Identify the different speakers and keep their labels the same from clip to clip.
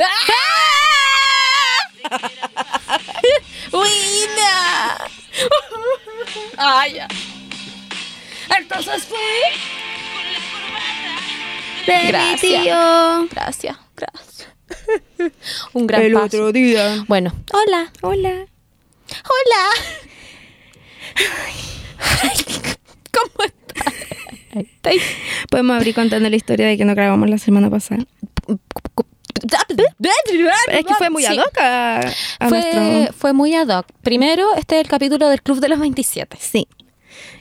Speaker 1: Ah. ¡Buena! Ay, ya. Entonces fui.
Speaker 2: De
Speaker 1: Gracias.
Speaker 2: mi tío.
Speaker 1: Gracias, gracias. Un gran
Speaker 2: El
Speaker 1: paso.
Speaker 2: otro día.
Speaker 1: Bueno, hola,
Speaker 2: Hola.
Speaker 1: hola. Ay, ¿Cómo estás? Estoy-
Speaker 2: Podemos abrir contando la historia de que no grabamos la semana pasada. Es que fue muy
Speaker 1: Sí.
Speaker 2: ad hoc a, a
Speaker 1: Fue,
Speaker 2: nuestro...
Speaker 1: fue muy ad hoc. Primero, este es el capítulo del Club de los 27.
Speaker 2: Sí.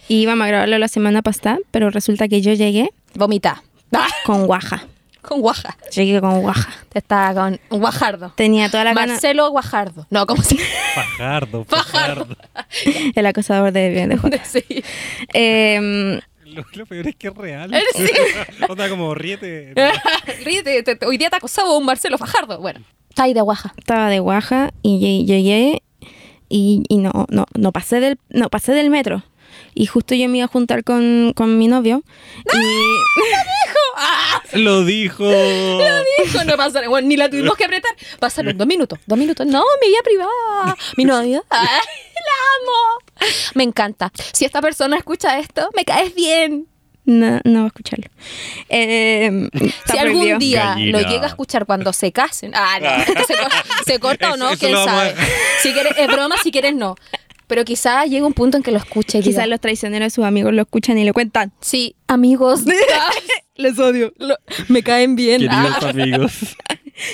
Speaker 2: Y íbamos a grabarlo la semana pasada, pero resulta que yo llegué
Speaker 1: Vomita. Ah,
Speaker 2: con guaja.
Speaker 1: Con Guaja.
Speaker 2: Llegué con guaja.
Speaker 1: Está con Guajardo.
Speaker 2: Tenía toda la gana...
Speaker 1: Marcelo Guajardo. No, ¿cómo se llama?
Speaker 3: Fajardo,
Speaker 1: Fajardo.
Speaker 3: Fajardo.
Speaker 2: El acosador de, de Juan.
Speaker 1: Sí.
Speaker 2: Eh,
Speaker 3: Lo, lo peor es que es real.
Speaker 1: Eh, Sí.
Speaker 3: Onda como riete.
Speaker 1: Ríete, te- te- hoy día te acosaba un Marcelo Fajardo. Bueno, está ahí de Guaja.
Speaker 2: estaba de guaja y lle- llegué y, y no, no, no pasé del, no pasé del metro. Y justo yo me iba a juntar con, con mi novio. Y
Speaker 1: ¡Ah!
Speaker 3: Lo dijo.
Speaker 1: Hijo, no pasa nada. Bueno, ni la tuvimos que apretar. Pasaron dos minutos, dos minutos. No, mi vida privada. Mi novia. ¡Ay, la amo. Me encanta. Si esta persona escucha esto, me caes bien.
Speaker 2: no, no va a escucharlo. Eh, está
Speaker 1: Si algún
Speaker 2: prohibido.
Speaker 1: día
Speaker 3: Gallina.
Speaker 1: lo llega a escuchar cuando se casen. Ah, no. Esto se, co- se corta o no,
Speaker 3: Eso- eso
Speaker 1: quién
Speaker 3: lo vamos a
Speaker 1: sabe. Si quieres, es broma, si quieres, no. Pero quizás llegue un punto en que lo escuche. y diga,
Speaker 2: Quizás los traicioneros de sus amigos lo escuchan y le cuentan.
Speaker 1: Sí, amigos. ah,
Speaker 2: Les odio.
Speaker 1: lo- me caen bien.
Speaker 3: Queridos
Speaker 1: Ah.
Speaker 3: amigos.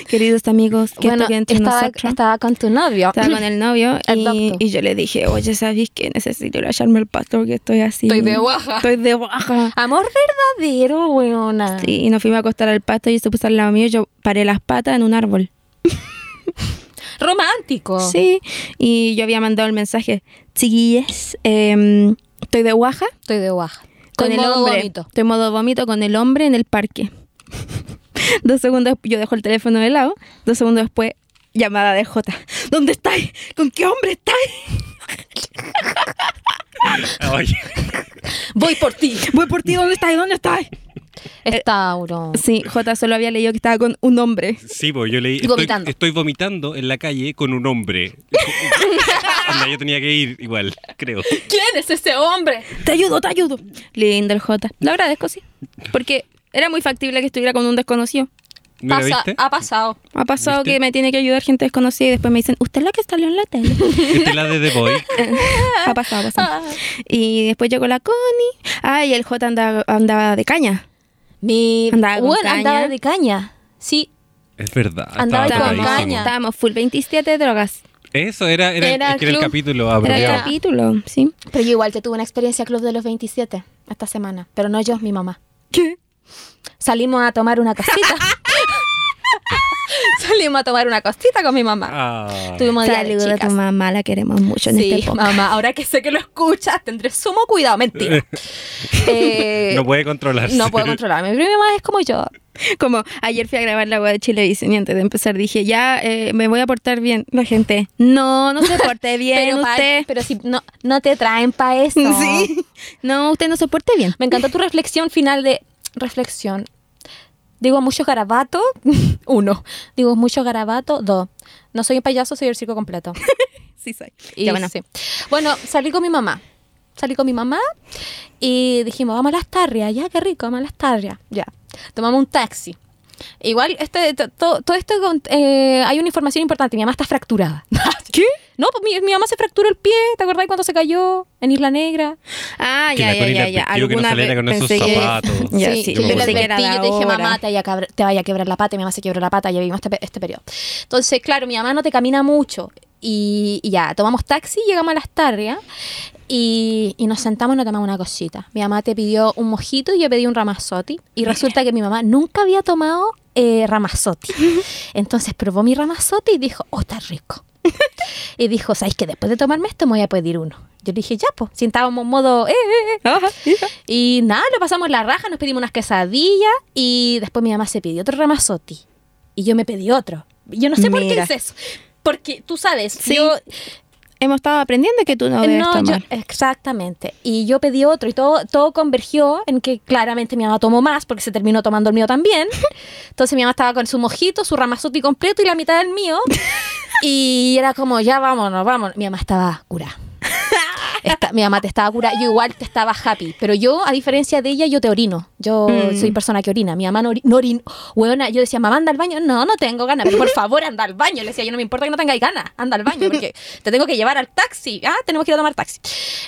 Speaker 2: Queridos amigos, que
Speaker 1: Bueno,
Speaker 2: esto quede entre
Speaker 1: estaba,
Speaker 2: nosotros.
Speaker 1: estaba con tu novio.
Speaker 2: Estaba con el novio
Speaker 1: El
Speaker 2: y,
Speaker 1: doctor.
Speaker 2: y yo le dije, oye, ¿sabéis que necesito ir a echarme el pastor que estoy así?
Speaker 1: Estoy de guaja.
Speaker 2: Estoy de guaja.
Speaker 1: Amor verdadero, weona.
Speaker 2: Sí, y nos fuimos a acostar al pasto y se puso al lado mío. Yo paré las patas en un árbol.
Speaker 1: Romántico.
Speaker 2: Sí, y yo había mandado el mensaje: Chiquillas, em, estoy de guaja
Speaker 1: Estoy de guaja.
Speaker 2: con el hombre. Estoy en modo vómito con el hombre en el parque. dos segundos, yo dejo el teléfono de lado. Dos segundos después, llamada de Jota: ¿Dónde estáis? ¿Con qué hombre estáis?
Speaker 3: Ay,
Speaker 1: Voy por ti.
Speaker 2: Voy por ti, ¿dónde estáis? ¿Dónde estáis?
Speaker 1: Es Tauro.
Speaker 2: Sí, Jota solo había leído que estaba con un hombre.
Speaker 3: sí, pues yo leí.
Speaker 1: Y vomitando.
Speaker 3: Estoy, estoy vomitando en la calle con un hombre. Onda, yo tenía que ir igual, creo.
Speaker 1: ¿Quién es ese hombre?
Speaker 2: Te ayudo, te ayudo. Lindo el Jota. Lo agradezco, sí. Porque era muy factible que estuviera con un desconocido.
Speaker 3: ¿Me lo
Speaker 1: Pasa-
Speaker 3: viste?
Speaker 1: ha pasado.
Speaker 2: Ha pasado
Speaker 3: ¿Viste?
Speaker 2: que me tiene que ayudar gente desconocida y después me dicen, usted es la que salió en la tele.
Speaker 3: ¿Viste la Este de The Boy?
Speaker 2: ha pasado, ha pasado. Y después llegó la Connie. Ah, y el J andaba, andaba de caña.
Speaker 1: Mi
Speaker 2: Andaba con
Speaker 1: Bueno,
Speaker 2: caña.
Speaker 1: andaba de caña. Sí,
Speaker 3: Es verdad.
Speaker 1: Andaba
Speaker 3: estaba
Speaker 1: Ah, con
Speaker 3: tapadísimo.
Speaker 1: caña.
Speaker 2: Estábamos full 27 drogas.
Speaker 3: Eso era, era,
Speaker 1: Era
Speaker 3: es que era el
Speaker 1: club.
Speaker 3: capítulo ah,
Speaker 2: Era el
Speaker 3: apropiado.
Speaker 2: capítulo, ¿sí?
Speaker 1: pero yo igual te tuve una experiencia club de los 27 esta semana, pero no yo, mi mamá.
Speaker 2: ¿Qué?
Speaker 1: Salimos a tomar una cosita. Salimos a tomar una cosita con mi mamá.
Speaker 3: Ah.
Speaker 1: Tuvimos día de
Speaker 2: Saludos a tu
Speaker 1: chicas.
Speaker 2: mamá, la queremos mucho en
Speaker 1: sí,
Speaker 2: este podcast.
Speaker 1: mamá, ahora que sé que lo escuchas, tendré sumo cuidado. Mentira. Eh,
Speaker 3: no puede controlarse.
Speaker 1: no puedo controlarme. Mi mamá es como yo.
Speaker 2: Como ayer fui a grabar la web de Chilevisión y antes de empezar dije, ya eh, me voy a portar bien. La gente, no, no se porte bien
Speaker 1: pero, pa-
Speaker 2: usted.
Speaker 1: pero si no, no te traen para eso.
Speaker 2: Sí. No, usted no se porte bien.
Speaker 1: Me encantó tu reflexión final de reflexión. Digo mucho garabato, uno. Digo mucho garabato, dos. No soy un payaso, soy el circo completo.
Speaker 2: Sí, soy.
Speaker 1: Y
Speaker 2: ya bueno.
Speaker 1: sí. Bueno, salí con mi mamá. Salí con mi mamá y dijimos, vamos a las tarrias, ya, qué rico, vamos a las tarrias, ya. Tomamos un taxi. Igual, este, to- to- todo esto, con- eh, hay una información importante, mi mamá está fracturada.
Speaker 2: ¿Qué?
Speaker 1: No, pues mi, mi mamá se fracturó el pie, ¿te acordás cuando se cayó en Isla Negra?
Speaker 2: Ah,
Speaker 3: Que
Speaker 2: ya,
Speaker 3: la
Speaker 2: ya,
Speaker 3: Connie
Speaker 2: ya,
Speaker 3: le
Speaker 2: ya.
Speaker 3: advirtió que
Speaker 2: Alguna
Speaker 3: no saliera
Speaker 2: vez
Speaker 3: con esos
Speaker 2: pensé que-
Speaker 3: zapatos.
Speaker 2: Ya,
Speaker 1: sí,
Speaker 2: sí,
Speaker 1: yo
Speaker 3: me
Speaker 1: le
Speaker 2: pensé que
Speaker 1: advertí,
Speaker 2: era
Speaker 1: yo
Speaker 2: la
Speaker 1: te dije,
Speaker 2: hora.
Speaker 1: mamá, te vaya, a cabr- te vaya a quebrar la pata, y mi mamá se quebró la pata, ya vivimos este, pe- este periodo. Entonces, claro, mi mamá no te camina mucho. Y, y ya, tomamos taxi, llegamos a las tardes y, y nos sentamos y nos tomamos una cosita. Mi mamá te pidió un mojito y yo pedí un ramazotti. Y resulta que mi mamá nunca había tomado eh, ramazotti. Entonces probó mi ramazotti y dijo, oh, está rico. Y dijo, ¿sabes que Después de tomarme esto me voy a pedir uno. Yo le dije, ya, pues, si estábamos en modo, eh, eh, eh.
Speaker 2: Ajá, hija.
Speaker 1: Y nada, lo pasamos la raja, nos pedimos unas quesadillas y después mi mamá se pidió otro ramazotti. Y yo me pedí otro. Yo no sé por qué
Speaker 2: Mira.
Speaker 1: hice eso. Porque tú sabes,
Speaker 2: Sí.
Speaker 1: yo
Speaker 2: hemos estado aprendiendo que tú no
Speaker 1: Eh,
Speaker 2: debes
Speaker 1: yo-
Speaker 2: tomar.
Speaker 1: exactamente. Y yo pedí otro y todo, todo convergió en que claramente mi mamá tomó más porque se terminó tomando el mío también. Entonces mi mamá estaba con su mojito, su ramazotti completo y la mitad del mío. Y era como, ya vámonos, vámonos. Mi mamá estaba curada. Esta- mi mamá te estaba curada, yo igual te estaba happy, pero yo, a diferencia de ella, yo te orino. Yo
Speaker 2: Mm.
Speaker 1: soy persona que orina. Mi mamá no, ori- no orina. Huevona, yo decía, mamá, anda al baño. No, no tengo ganas, pero por favor, anda al baño. Le decía, yo no me importa que no tengáis ganas, anda al baño, porque te tengo que llevar al taxi. Ah, tenemos que ir a tomar taxi.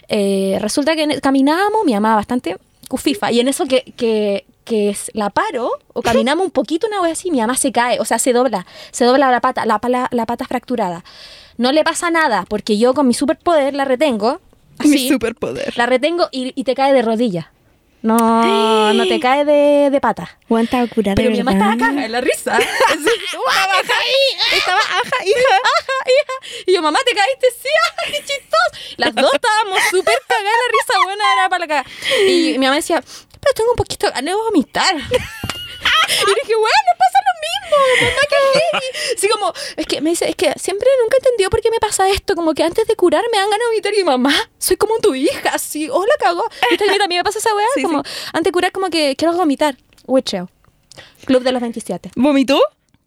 Speaker 1: Eh, resulta que en- caminábamos, mi mamá bastante cufifa, y en eso que, que, que es- la paro o caminamos un poquito una vez así, mi mamá se cae, o sea, se dobla, se dobla la pata, la, pala- la pata fracturada. No le pasa nada, porque yo con mi superpoder la retengo.
Speaker 2: Mi
Speaker 1: así,
Speaker 2: superpoder.
Speaker 1: la retengo y, y te cae de rodilla. No, no te cae de, de pata.
Speaker 2: Aguanta curada.
Speaker 1: Pero mi mamá estaba caja en la risa. Así, estaba ahí. Estaba aja, hija, aja, hija. Y yo, mamá, te caíste, sí, aja, qué chistoso. Las dos estábamos súper cagadas la risa, buena era para la cagada. Y mi mamá decía, pero tengo un poquito de ganas de vomitar. Y dije, bueno, pasa lo mismo, mamá, que heavy". Así como, es que me dice, es que siempre nunca entendió por qué me pasa esto, como que antes de curar me dan ganas de vomitar y mamá, soy como tu hija, así, hola, cagó. ¿Viste que también me pasa esa weá?
Speaker 2: Sí,
Speaker 1: como, antes de curar como que quiero vomitar. Witcheo. Club de los 27.
Speaker 2: ¿Vomitó?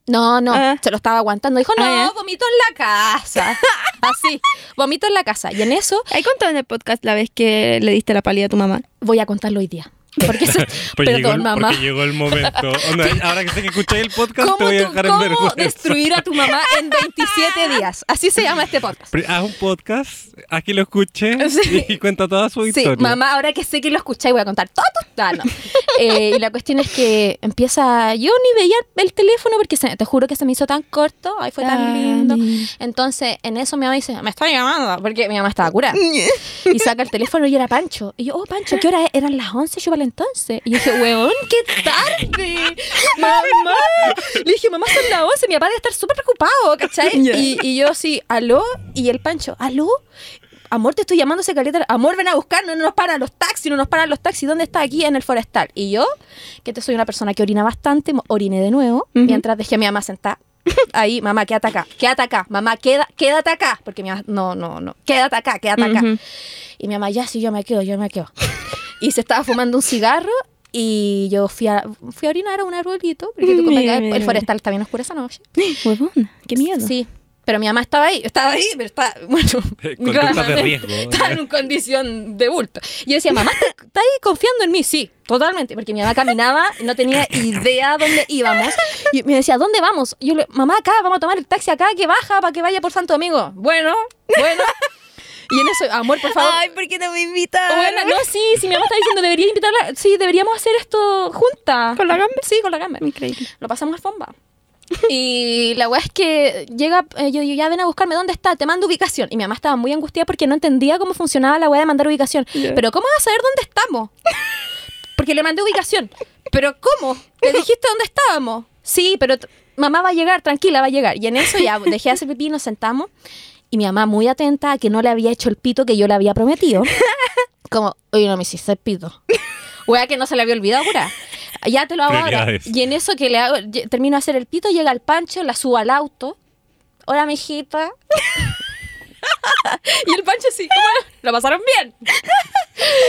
Speaker 1: No, no,
Speaker 2: Ah.
Speaker 1: se lo estaba aguantando. Dijo, no,
Speaker 2: Ah, ya.
Speaker 1: vomito en la casa. Así, vomito en la casa. Y en eso
Speaker 2: Ahí contó en el podcast la vez que le diste la palida a tu mamá.
Speaker 1: voy a contarlo hoy día. Porque eso,
Speaker 3: Pues
Speaker 1: perdón,
Speaker 3: llegó el,
Speaker 1: mamá.
Speaker 3: Porque llegó el momento. Onda, ahora que sé que escucháis el podcast, te
Speaker 1: ¿Cómo,
Speaker 3: voy a
Speaker 1: tú-
Speaker 3: dejar en
Speaker 1: cómo
Speaker 3: vergüenza.
Speaker 1: destruir a tu mamá en 27 días? Así se llama este podcast.
Speaker 3: Pri- Haz un podcast, haz que lo escuche
Speaker 1: Sí.
Speaker 3: y cuenta toda su
Speaker 1: Sí,
Speaker 3: historia.
Speaker 1: mamá, ahora que sé que lo escucháis, voy a contar todo tu ah, no. Eh, Y la cuestión es que empieza. Yo ni veía el teléfono porque se- te juro que se me hizo tan corto. Ay, fue tan
Speaker 2: Ah,
Speaker 1: lindo.
Speaker 2: mi-
Speaker 1: Entonces, en eso mi mamá dice: Me está llamando. Porque mi mamá estaba curada. Y saca el teléfono y era Pancho. Y yo, oh, Pancho, ¿qué hora es? Eran las 11, yo para el entonces. Y yo dije, weón, qué tarde. Mamá. Le dije, mamá, son las 11. Mi papá debe estar súper preocupado, ¿cachai?
Speaker 2: Ya.
Speaker 1: Y, y yo así, aló. Y el Pancho, aló. Amor, te estoy llamando ese caleta. Amor, ven a buscar. No nos paran los taxis, no nos paran los taxis. ¿Dónde está aquí? En el forestal. Y yo, que te soy una persona que orina bastante, mo- oriné de nuevo.
Speaker 2: Ujú.
Speaker 1: Mientras dejé a mi mamá sentada. Ahí, mamá, quédate acá, quédate acá, mamá, queda, quédate acá, porque mi mamá, no, no, no, quédate acá, quédate acá.
Speaker 2: Ujú.
Speaker 1: Y mi mamá, ya, sí, yo me quedo, yo me quedo. Y se estaba fumando un cigarro y yo fui a, fui a orinar a un arbolito, porque tú
Speaker 2: Mira,
Speaker 1: acá el-
Speaker 2: mira,
Speaker 1: el
Speaker 2: mira.
Speaker 1: forestal está bien oscuro esa noche.
Speaker 2: Huevona, qué miedo.
Speaker 1: Sí, pero mi mamá estaba ahí, estaba ahí, pero estaba, bueno,
Speaker 3: Eh, Conductas de
Speaker 1: claramente
Speaker 3: riesgo.
Speaker 1: Estaba en una condición de bulto. Y yo decía, mamá, ¿estás estás ahí confiando en mí? Sí, totalmente, porque mi mamá caminaba y no tenía idea dónde íbamos. Y me decía, ¿dónde vamos? Y yo, le- mamá, acá, vamos a tomar el taxi acá, que baja para que vaya por Santo Domingo. Bueno, bueno. Y en eso, amor, por favor.
Speaker 2: Ay, ¿por qué no me invitas?
Speaker 1: Bueno, no, sí, sí, mi mamá está diciendo, debería invitarla. Sí, deberíamos hacer esto juntas.
Speaker 2: ¿Con la gamba?
Speaker 1: Sí, con la gamba.
Speaker 2: Increíble.
Speaker 1: Lo pasamos al bomba. Y la weá es que llega, eh, yo, yo, ya ven a buscarme, ¿dónde está? Te mando ubicación. Y mi mamá estaba muy angustiada porque no entendía cómo funcionaba la weá de mandar ubicación.
Speaker 2: Ya.
Speaker 1: Pero ¿cómo vas a saber dónde estamos? Porque le mandé ubicación. Pero ¿cómo? ¿Te dijiste dónde estábamos? Sí, pero t- mamá va a llegar, tranquila, va a llegar. Y en eso ya dejé de hacer pipí, nos sentamos. Y mi mamá muy atenta a que no le había hecho el pito que yo le había prometido. Como, oye, no me hiciste el pito. Wea que no se le había olvidado, cura. Ya te lo hago ahora.
Speaker 3: Prioridades.
Speaker 1: Y en eso que le hago, ye- termino de hacer el pito, llega el pancho, la subo al auto. Hola, mijita. y el pancho sí, ¿cómo? Lo pasaron bien.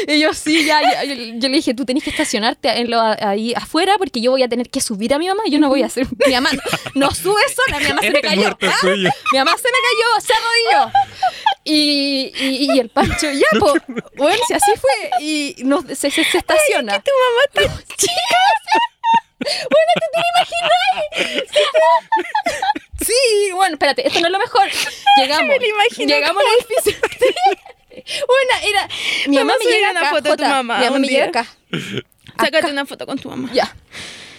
Speaker 1: Y yo sí, ya, ya. Yo, yo le dije, tú tenés que estacionarte en lo- ahí afuera porque yo voy a tener que subir a mi mamá. Yo no voy a hacer. Mi mamá no, no sube sola, mi mamá se me
Speaker 3: Este
Speaker 1: cayó.
Speaker 3: muerto
Speaker 1: Ah,
Speaker 3: soy yo.
Speaker 1: Mi mamá se me cayó, se arrodilló. Y, y, y el Pancho, ya, po. Bueno, si así fue. Y nos, se, se, se estaciona.
Speaker 2: Tu mamá está
Speaker 1: Sí, bueno, espérate, esto no es lo mejor. Llegamos.
Speaker 2: Me lo imagino
Speaker 1: Llegamos al edificio. Bueno, era. Mi mamá
Speaker 2: Vamos a
Speaker 1: me
Speaker 2: subir
Speaker 1: llega
Speaker 2: una
Speaker 1: acá.
Speaker 2: foto de tu
Speaker 1: Jota,
Speaker 2: mamá
Speaker 1: mi mamá
Speaker 2: un
Speaker 1: me llega
Speaker 2: día.
Speaker 1: acá.
Speaker 2: Sácate una foto con tu mamá.
Speaker 1: Ya.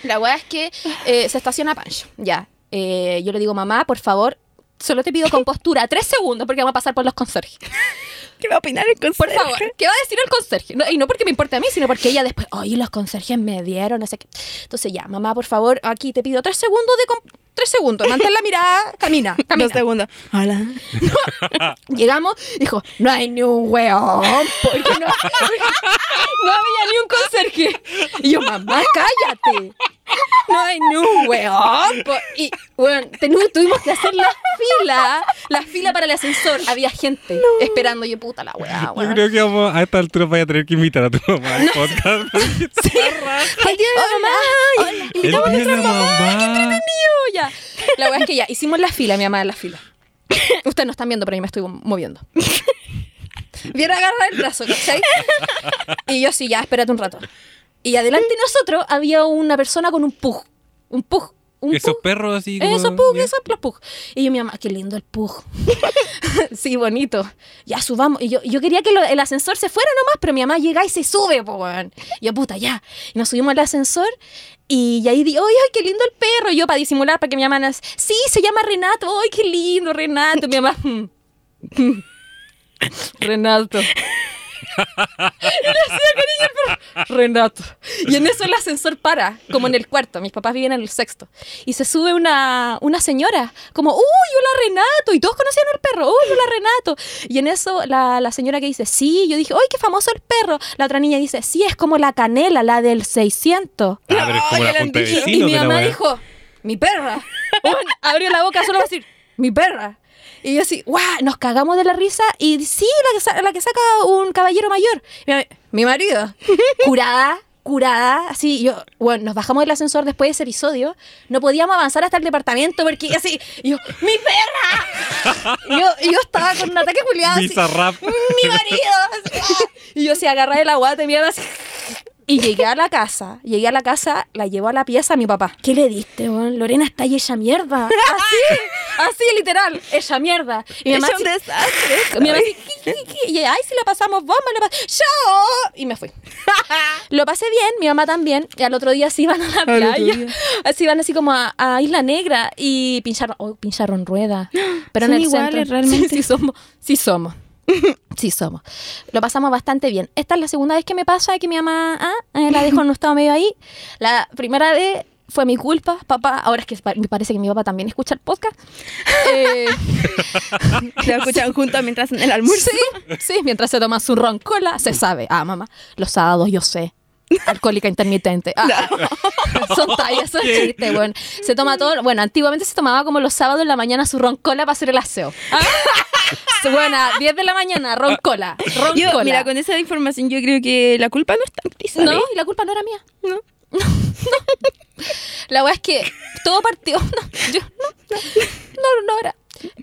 Speaker 1: La weá es que eh, se estaciona Pancho. Ya. Eh, yo le digo, mamá, por favor, solo te pido compostura, tres segundos, porque vamos a pasar por los conserjes.
Speaker 2: ¿Qué va a opinar el
Speaker 1: Por
Speaker 2: conserje?
Speaker 1: favor, ¿qué va a decir el conserje? No, y no porque me importe a mí, sino porque ella después, oye, los conserjes me dieron, no sé qué. Entonces ya, mamá, por favor, aquí te pido tres segundos de... comp- Tres segundos, mantén la mirada, camina, camina.
Speaker 2: Dos segundos. Hola.
Speaker 1: Llegamos, dijo, no hay ni un weón, porque no, no había ni un conserje. Y yo, mamá, cállate. No hay nu, weón. po- Y, weón, tenu- tuvimos que hacer la fila, la fila para el ascensor. Había gente esperando. Yo, puta la weá,
Speaker 3: Yo
Speaker 1: weón.
Speaker 3: creo que vamos, a esta altura vaya a tener que invitar a tu mamá al podcast.
Speaker 1: Ay, Dios, mamá. Hola.
Speaker 3: El día
Speaker 1: Invitamos a
Speaker 3: de
Speaker 1: nuestra
Speaker 3: la
Speaker 1: mamá. ¡Qué
Speaker 3: mamá.
Speaker 1: entretenido! Ya. La weá es que ya, hicimos la fila, mi mamá en la fila. Ustedes no están viendo, pero yo me estoy moviendo. Viene a agarrar el brazo, ¿cachai? Y yo sí, ya, espérate un rato. Y adelante de nosotros había una persona con un pug. Un pug. Un
Speaker 3: Esos
Speaker 1: pug.
Speaker 3: perros así. como-
Speaker 1: Eso, pug, eso es los pug. Y yo, mi mamá, qué lindo el pug. sí, bonito. Ya subamos. Y yo, yo quería que lo- el ascensor se fuera nomás, pero mi mamá llega y se sube, po, weón. Y Yo, puta, ya. Y nos subimos al ascensor y, y ahí di, ¡ay, ay, qué lindo el perro! Y yo, para disimular, para que mi mamá, nas- sí, se llama Renato, ¡ay, qué lindo, Renato! Mi mamá, "Mm, mm, Renato. Y le hacía cariño al perro, Renato. Y en eso el ascensor para, como en el cuarto. Mis papás viven en el sexto. Y se sube una, una señora, como, ¡Uy, hola Renato! Y todos conocían al perro, ¡Uy, hola Renato! Y en eso la, la señora que dice, sí, yo dije, ¡Uy, qué famoso el perro! La otra niña dice, sí, es como la canela, la del 600.
Speaker 3: Ah, pero es como
Speaker 2: No,
Speaker 3: la
Speaker 2: ya lo
Speaker 3: junta
Speaker 2: han
Speaker 3: de
Speaker 2: dicho.
Speaker 1: Y
Speaker 3: vecinos
Speaker 1: mi
Speaker 3: de la
Speaker 1: mamá
Speaker 3: weá.
Speaker 1: dijo, mi perra. Bueno, abrió la boca solo para decir, mi perra. Y yo así, guau, nos cagamos de la risa. Y sí, la que, sa- la que saca un caballero mayor. Mi, ma- mi marido. Curada, curada. Así, yo, bueno, nos bajamos del ascensor después de ese episodio. No podíamos avanzar hasta el departamento porque así, yo, mi perra. Yo, yo estaba con un ataque culiado. así,
Speaker 3: Bizarrap.
Speaker 1: mi marido. así, ¡ah! y yo se agarré de la guata y mi mamá así. Y llegué a la casa, llegué a la casa, la llevó a la pieza a mi papá. ¿Qué le diste, weón? Lorena está ahí ella mierda. Así, así literal, ella mierda. Y mi
Speaker 2: Es
Speaker 1: mamá
Speaker 2: un
Speaker 1: así-
Speaker 2: desastre.
Speaker 1: mi mamá así, "Ji, ji, ji". y ella, ay, si la pasamos bomba, la pas- ¡Chao! Y me fui. Lo pasé bien, mi mamá también. Y al otro día se iban a la
Speaker 2: Al otro
Speaker 1: playa.
Speaker 2: día.
Speaker 1: Se iban así como a, a Isla Negra y pincharon, oh, pincharon rueda. Pero en
Speaker 2: Son
Speaker 1: el
Speaker 2: iguales,
Speaker 1: centro.
Speaker 2: realmente.
Speaker 1: Sí, sí somos. Sí somos. Sí somos. Lo pasamos bastante bien. Esta es la segunda vez que me pasa que mi mamá ah, eh, la dejó en un estado medio ahí. La primera vez fue mi culpa, papá. Ahora es que pa- me parece que mi papá también escucha el podcast. Eh,
Speaker 2: Lo escuchan juntos mientras en el almuerzo.
Speaker 1: Sí, sí, mientras se toma su roncola, se sabe. Ah, mamá, los sábados yo sé. Alcohólica intermitente. Ah, Son tallas, son chistes, bueno. Se toma todo. Bueno, antiguamente se tomaba como los sábados en la mañana su roncola para hacer el aseo. Ah, bueno, 10 de la mañana, roncola. Roncola.
Speaker 2: Yo, mira, con esa información yo creo que la culpa no es tan gris,
Speaker 1: No,
Speaker 2: ¿sabes?
Speaker 1: y la culpa no era mía.
Speaker 2: No.
Speaker 1: La weá es que todo partió. No, yo, no, no, no era.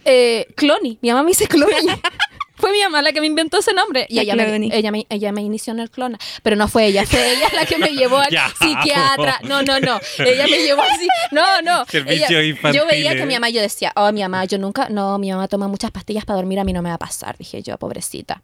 Speaker 1: Eh, Clony, mi mamá me dice Clony. Fue mi mamá la que me inventó ese nombre. Y
Speaker 2: La
Speaker 1: ella me,
Speaker 2: Clony.
Speaker 1: ella, me, ella me inició en el clona. Pero no fue ella, fue ella la que me llevó al
Speaker 3: Ya.
Speaker 1: psiquiatra. No, no, no. Ella me llevó así. No, no.
Speaker 3: Servicios
Speaker 1: Ella- Yo
Speaker 3: infantiles.
Speaker 1: veía que mi mamá, yo decía, oh, mi mamá, yo nunca, no, mi mamá toma muchas pastillas para dormir, a mí no me va a pasar. Dije yo, pobrecita.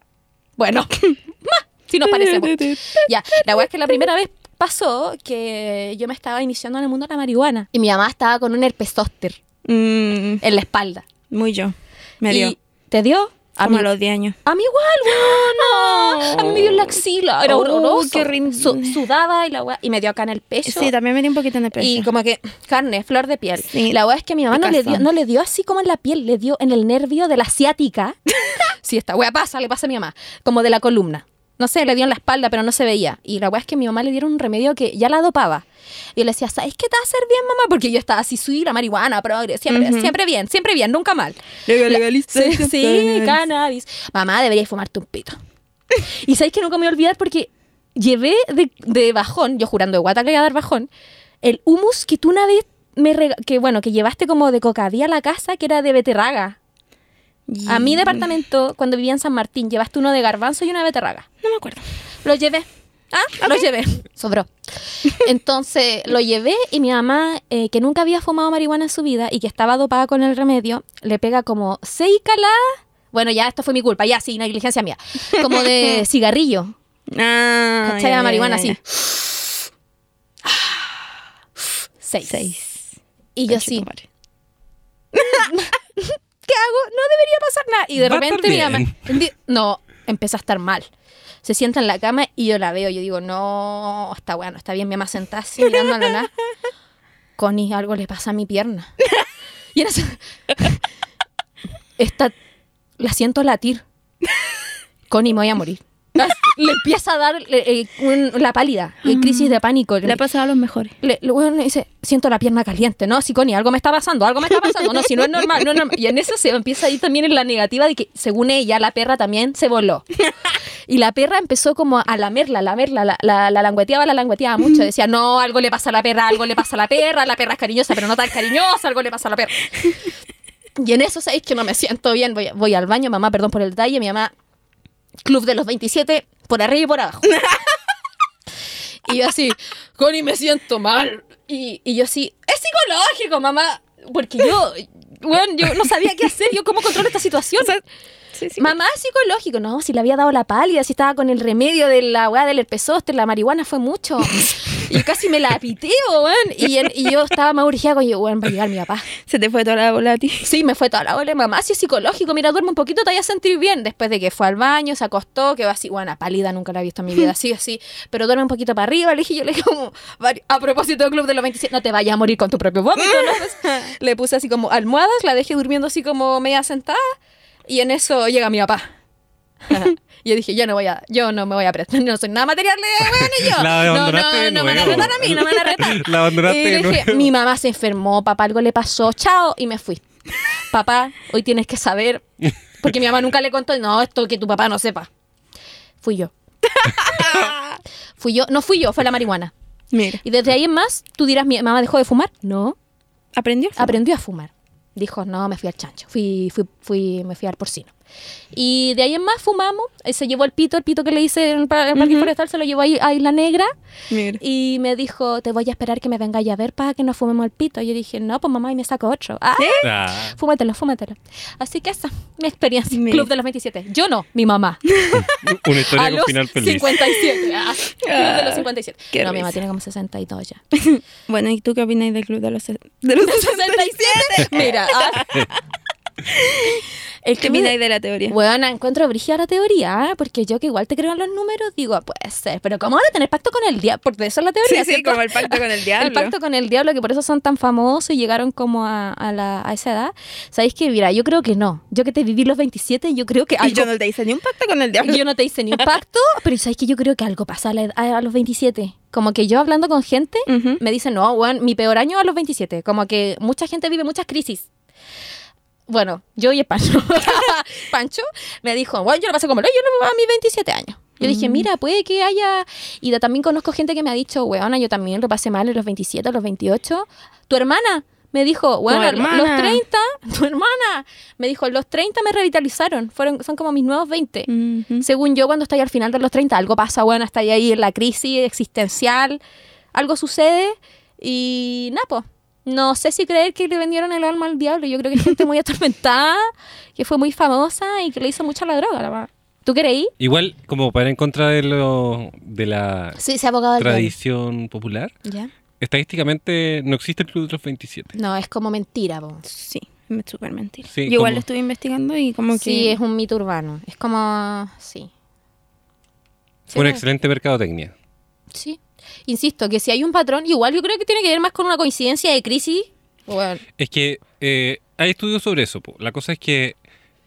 Speaker 1: Bueno, ma, si nos parecemos. Ya, la weá es que la primera vez pasó que yo me estaba iniciando en el mundo de la marihuana y mi mamá estaba con un herpes zóster
Speaker 2: Mm,
Speaker 1: en la espalda.
Speaker 2: muy yo. Me dio.
Speaker 1: Y- ¿Te dio? A mí,
Speaker 2: Como a los 10 años.
Speaker 1: a mí igual, weona. A mí me dio en la axila. Era
Speaker 2: Oh,
Speaker 1: horroroso.
Speaker 2: qué horrible.
Speaker 1: Su- sudaba y la weá. Y me dio acá en el pecho.
Speaker 2: Sí, también me dio un poquito en el pecho.
Speaker 1: y como que carne, flor de piel.
Speaker 2: Sí.
Speaker 1: La weá es que a mi mamá
Speaker 2: Te
Speaker 1: no le,
Speaker 2: casan.
Speaker 1: dio, no le dio así como en la piel, le dio en el nervio de la ciática. si esta weá pasa, le pasa a mi mamá. Como de la columna. No sé, le dio en la espalda, pero no se veía. Y la weá es que a mi mamá le dieron un remedio que ya la dopaba. Y yo le decía, ¿sabes qué te va a hacer bien, mamá? Porque yo estaba así, subí la marihuana, progre, siempre, siempre bien, siempre bien, nunca mal.
Speaker 2: Luego
Speaker 1: La-
Speaker 2: legalista.
Speaker 1: Sí, sí, cannabis. Mamá, deberías fumarte un pito. Y sabéis que nunca me voy a olvidar porque llevé de, de bajón, yo jurando de guata que iba a dar bajón, el humus que tú una vez me rega- que bueno, que llevaste como de cocadía a la casa, que era de beterraga.
Speaker 2: Y-
Speaker 1: A mi departamento, cuando vivía en San Martín, llevaste uno de garbanzo y una de beterraga.
Speaker 2: No me acuerdo.
Speaker 1: Lo llevé. Ah, lo llevé. Sobró. Entonces lo llevé y mi mamá, eh, que nunca había fumado marihuana en su vida y que estaba dopada con el remedio, le pega como seis caladas. Bueno, ya esto fue mi culpa, ya sí, negligencia mía. Como de cigarrillo.
Speaker 2: Ah.
Speaker 1: ¿Cachai?
Speaker 2: ya,
Speaker 1: La
Speaker 2: ya,
Speaker 1: marihuana
Speaker 2: ya, ya.
Speaker 1: así. Seis.
Speaker 2: Seis.
Speaker 1: Y yo
Speaker 2: Conche tu
Speaker 1: sí,
Speaker 2: madre.
Speaker 1: ¿qué hago? No debería pasar nada. Y de
Speaker 3: Va a estar
Speaker 1: repente mi mamá,
Speaker 3: bien.
Speaker 1: di- no, empieza a estar mal. Se sienta en la cama y yo la veo. Yo digo, no, está bueno, está bien. Mi mamá sentada así mirando a la nada. Connie, algo le pasa a mi pierna. Y en eso, está, la siento latir. Connie, me voy a morir. Así, le empieza a dar eh, eh, un- la pálida,
Speaker 3: Mm.
Speaker 1: eh, crisis de pánico.
Speaker 2: Le ha pasado a los mejores.
Speaker 1: Le, le- weón, le dice, siento la pierna caliente, ¿no? Sí, Connie, algo me está pasando, algo me está pasando. No, si no es normal, no es normal. Y en eso se empieza a ir también en la negativa de que, según ella, la perra también se voló. Y la perra empezó como a lamerla, lamerla, la, la, la langueteaba, la langueteaba mucho. Decía, no, algo le pasa a la perra, algo le pasa a la perra, la perra es cariñosa, pero no tan cariñosa, algo le pasa a la perra. Y en eso, sabéis que no me siento bien, voy, voy al baño, mamá, perdón por el detalle, mi mamá, club de los 27, por arriba y por abajo. Y yo así, Connie, me siento mal. Y, y yo así, es psicológico, mamá. Porque yo, bueno, yo no sabía qué hacer. Yo, ¿cómo controlo esta situación?
Speaker 2: Sí, sí.
Speaker 1: mamá, es psicológico. No, si le había dado la pálida, si estaba con el remedio de la weá del herpesoster, la marihuana fue mucho. Y casi me la piteo, weón. Y, en- y yo estaba más urgida con yo, weón, va a llegar mi papá.
Speaker 2: Se te fue toda la bola a ti.
Speaker 1: Sí, me fue toda la ola. Mamá, si es psicológico, mira, duerme un poquito, te vas a sentir bien. Después de que fue al baño, se acostó, quedó así, bueno, pálida, nunca la he visto en mi vida, así, así. Pero duerme un poquito para arriba, le dije, yo le dije como, "Vari- a propósito del club de los 27, no te vayas a morir con tu propio vómito. ¿no?". Entonces, le puse así como almohadas, la dejé durmiendo así como media sentada. Y en eso llega mi papá. Y yo dije, yo no voy a, yo no me voy a prestar, no soy nada material de weón y yo.
Speaker 3: La
Speaker 1: no,
Speaker 3: abandonaste de
Speaker 1: no, no me van a
Speaker 3: nuevo.
Speaker 1: retar a mí, no me van a retar.
Speaker 3: La abandonaste
Speaker 1: Y le
Speaker 3: de
Speaker 1: dije,
Speaker 3: nuevo.
Speaker 1: mi mamá se enfermó, papá algo le pasó, chao, y me fui. Papá, hoy tienes que saber, porque mi mamá nunca le contó, no, esto que tu papá no sepa. Fui yo. fui yo, no fui yo, fue la marihuana.
Speaker 2: Mira.
Speaker 1: Y desde ahí en más, tú dirás, mi mamá dejó de fumar. No,
Speaker 2: ¿Aprendió?
Speaker 1: aprendió a fumar. Dijo, no, me fui al chancho, fui, fui, fui, me fui al porcino. Y de ahí en más fumamos, eh, se llevó el pito, el pito que le hice en el par- en el parque forestal, se lo llevó ahí a Isla Negra.
Speaker 2: Mira.
Speaker 1: Y me dijo, te voy a esperar que me vengáis a ver para que nos fumemos el pito. Y yo dije, no, pues mamá, y me saco otro. Ah,
Speaker 3: Ah,
Speaker 1: Fúmatelo, fúmatelo. Así que esa, mi experiencia.
Speaker 2: Mira.
Speaker 1: Club de los 27. Yo no, mi mamá.
Speaker 3: una historia
Speaker 1: a
Speaker 3: con
Speaker 1: los
Speaker 3: final feliz.
Speaker 1: 57. Ah, Club de los 57.
Speaker 2: qué
Speaker 1: no, mi mamá
Speaker 2: risa.
Speaker 1: tiene como 62 ya.
Speaker 2: Bueno, ¿y tú qué opinas del club de los, se- de los
Speaker 1: 67. Mira. ah. El
Speaker 2: ¿Qué
Speaker 1: club de-
Speaker 2: opináis de la teoría?
Speaker 1: Bueno, encuentro brígida la teoría, ¿eh? porque yo que igual te creo en los números, digo, puede ser, pero ¿cómo van a tener pacto con el diablo? Porque de eso es la teoría.
Speaker 2: Sí, sí,
Speaker 1: ¿cierto?
Speaker 2: como el pacto con el diablo.
Speaker 1: El pacto con el diablo, que por eso son tan famosos y llegaron como a, a la- a esa edad. ¿Sabéis que, Mira, yo creo que no. Yo que te viví los 27, yo creo que
Speaker 2: Y yo
Speaker 1: algo...
Speaker 2: no te hice ni un pacto con el diablo.
Speaker 1: yo no te hice ni un pacto, pero ¿sabéis que yo creo que algo pasa a, la ed- a- a los 27? Como que yo hablando con gente,
Speaker 2: Ujú.
Speaker 1: me dicen, no, weón, mi peor año a los 27. Como que mucha gente vive muchas crisis. Bueno, yo y el Pancho. Pancho me dijo, bueno, yo lo pasé como lo, yo lo a mis 27 años. Yo
Speaker 2: Mm.
Speaker 1: dije, mira, puede que haya... Y da- también conozco gente que me ha dicho, weona, yo también lo pasé mal en los 27, a los 28. Tu hermana me dijo, bueno,
Speaker 2: hermana.
Speaker 1: los 30, tu hermana me dijo, los 30 me revitalizaron, fueron, son como mis nuevos 20.
Speaker 2: Mm. Ujú.
Speaker 1: Según yo, cuando estáis al final de los 30, algo pasa, bueno, estáis ahí en la crisis existencial, algo sucede y nada, po. No sé si creer que le vendieron el alma al diablo. Yo creo que es gente muy atormentada, que fue muy famosa y que le hizo mucha la droga, la verdad. ¿Tú creí?
Speaker 3: Igual, como para en contra de, lo, de la
Speaker 1: Sí, se ha abogado al diablo.
Speaker 3: tradición popular,
Speaker 1: ¿Ya?
Speaker 3: estadísticamente no existe el Club de los 27.
Speaker 1: No, es como mentira, po.
Speaker 2: Sí, me súper mentira.
Speaker 3: Sí,
Speaker 2: Yo igual
Speaker 3: como-
Speaker 2: lo estuve investigando y como que...
Speaker 1: Sí, es un mito urbano. Es como... Sí.
Speaker 3: Fue una excelente mercadotecnia.
Speaker 1: Sí. Insisto, que si hay un patrón, igual yo creo que tiene que ver más con una coincidencia de crisis. Bueno,
Speaker 3: Es que eh, hay estudios sobre eso. po. La cosa es que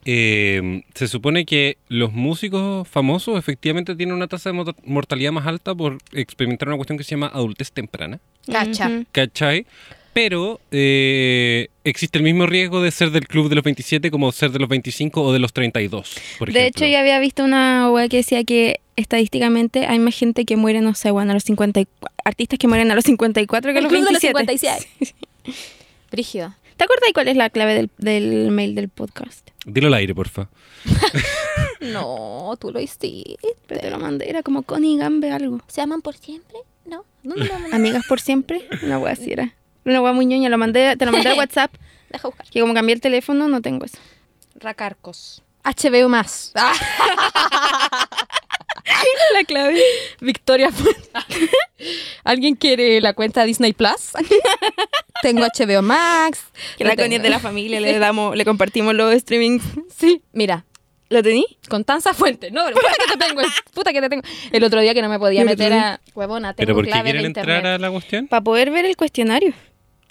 Speaker 3: eh, se supone que los músicos famosos efectivamente tienen una tasa de mor- mortalidad más alta por experimentar una cuestión que se llama adultez temprana.
Speaker 1: cacha.
Speaker 2: Ujú.
Speaker 3: ¿Cachai? Pero eh, existe el mismo riesgo de ser del club de los 27 como ser de los 25 o de los 32. Por
Speaker 2: De
Speaker 3: ejemplo.
Speaker 2: hecho, ya había visto una web que decía que estadísticamente hay más gente que muere, no sé, bueno, a los 54... Artistas que mueren a los 54 que a
Speaker 1: El
Speaker 2: los
Speaker 1: club de los
Speaker 2: 27.
Speaker 1: 56. Brígido.
Speaker 2: ¿Te acuerdas cuál es la clave del, del mail del podcast?
Speaker 3: Dilo al aire, porfa.
Speaker 1: No, tú lo hiciste.
Speaker 2: Pero te lo mandé, era como Connie Gambe algo.
Speaker 1: ¿Se aman por siempre? No. ¿Dónde lo mandé?
Speaker 2: Amigas por siempre, una wea así era. Una wea muy ñoña, lo mandé, te lo mandé a WhatsApp,
Speaker 1: Deja buscar.
Speaker 2: que como cambié el teléfono no tengo eso.
Speaker 1: Racarcos. HBO más. la clave. Victoria Fuentes. ¿Alguien quiere la cuenta Disney Plus? tengo HBO Max.
Speaker 2: Que
Speaker 1: Lo
Speaker 2: la Connie
Speaker 1: tengo.
Speaker 2: es de la familia, le damos, le compartimos los streamings.
Speaker 1: Sí, mira.
Speaker 2: ¿Lo tení?
Speaker 1: Constanza Fuentes. No, pero puta que te tengo. Puta que te tengo. El otro día que no me podía
Speaker 2: El otro
Speaker 1: meter
Speaker 2: día.
Speaker 1: a huevona. Tengo
Speaker 3: ¿Pero por qué
Speaker 1: clave
Speaker 3: quieren
Speaker 1: de
Speaker 3: entrar
Speaker 1: internet.
Speaker 3: a la cuestión?
Speaker 2: Para poder ver el cuestionario.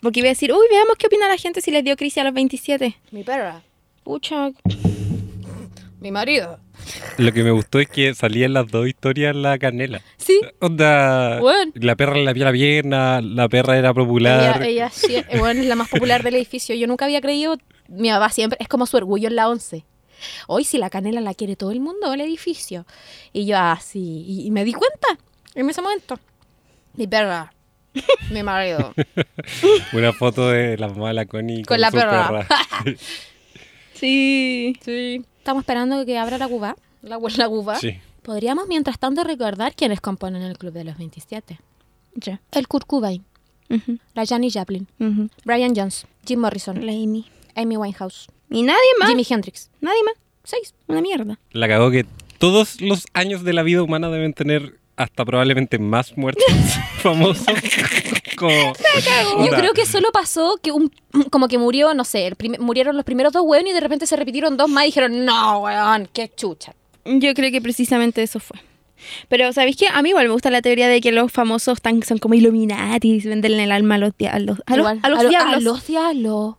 Speaker 2: Porque iba a decir, uy, veamos qué opina la gente si les dio crisis a los 27.
Speaker 1: Mi perra.
Speaker 2: Pucha,
Speaker 1: mi marido.
Speaker 3: Lo que me gustó es que salía en las dos historias la canela.
Speaker 1: Sí.
Speaker 3: Onda,
Speaker 1: Bueno.
Speaker 3: la perra le lavía la pierna, la perra era popular.
Speaker 1: Ella, ella sí, eh, bueno, es la más popular del edificio. Yo nunca había creído, mi papá siempre, es como su orgullo en la once. Hoy si la canela la quiere todo el mundo, el edificio. Y yo así, y, y me di cuenta en ese momento. Mi perra, mi marido.
Speaker 3: Una foto de la mamá de la Connie con,
Speaker 1: eh. Con la
Speaker 3: su
Speaker 1: perra.
Speaker 2: Sí.
Speaker 1: Sí. Estamos esperando que abra la cuba, la, gu- la cuba.
Speaker 3: Sí.
Speaker 1: Podríamos, mientras tanto, recordar quiénes componen el Club de los 27.
Speaker 2: Ya.
Speaker 1: El Kurt Cobain,
Speaker 2: Ujú,
Speaker 1: la Janis Joplin,
Speaker 2: ujú.
Speaker 1: Brian Jones, Jim Morrison,
Speaker 2: La Amy.
Speaker 1: Amy Winehouse,
Speaker 2: Y nadie más.
Speaker 1: Jimi Hendrix.
Speaker 2: Nadie más.
Speaker 1: Seis.
Speaker 2: Una mierda.
Speaker 3: La cagó que todos los años de la vida humana deben tener hasta probablemente más muertos famosos. Como,
Speaker 1: Yo
Speaker 3: Onda,
Speaker 1: creo que solo pasó que un como que murió, no sé, el prim- murieron los primeros dos hueones y de repente se repitieron dos más y dijeron, no, weón, qué chucha.
Speaker 2: Yo creo que precisamente eso fue. Pero, ¿sabéis qué? A mí igual me gusta la teoría de que los famosos tan, son como Illuminati y venden el alma a los, dia- a los, a los,
Speaker 1: Igual,
Speaker 2: a los
Speaker 1: lo-
Speaker 2: diablos.
Speaker 1: A los diablos.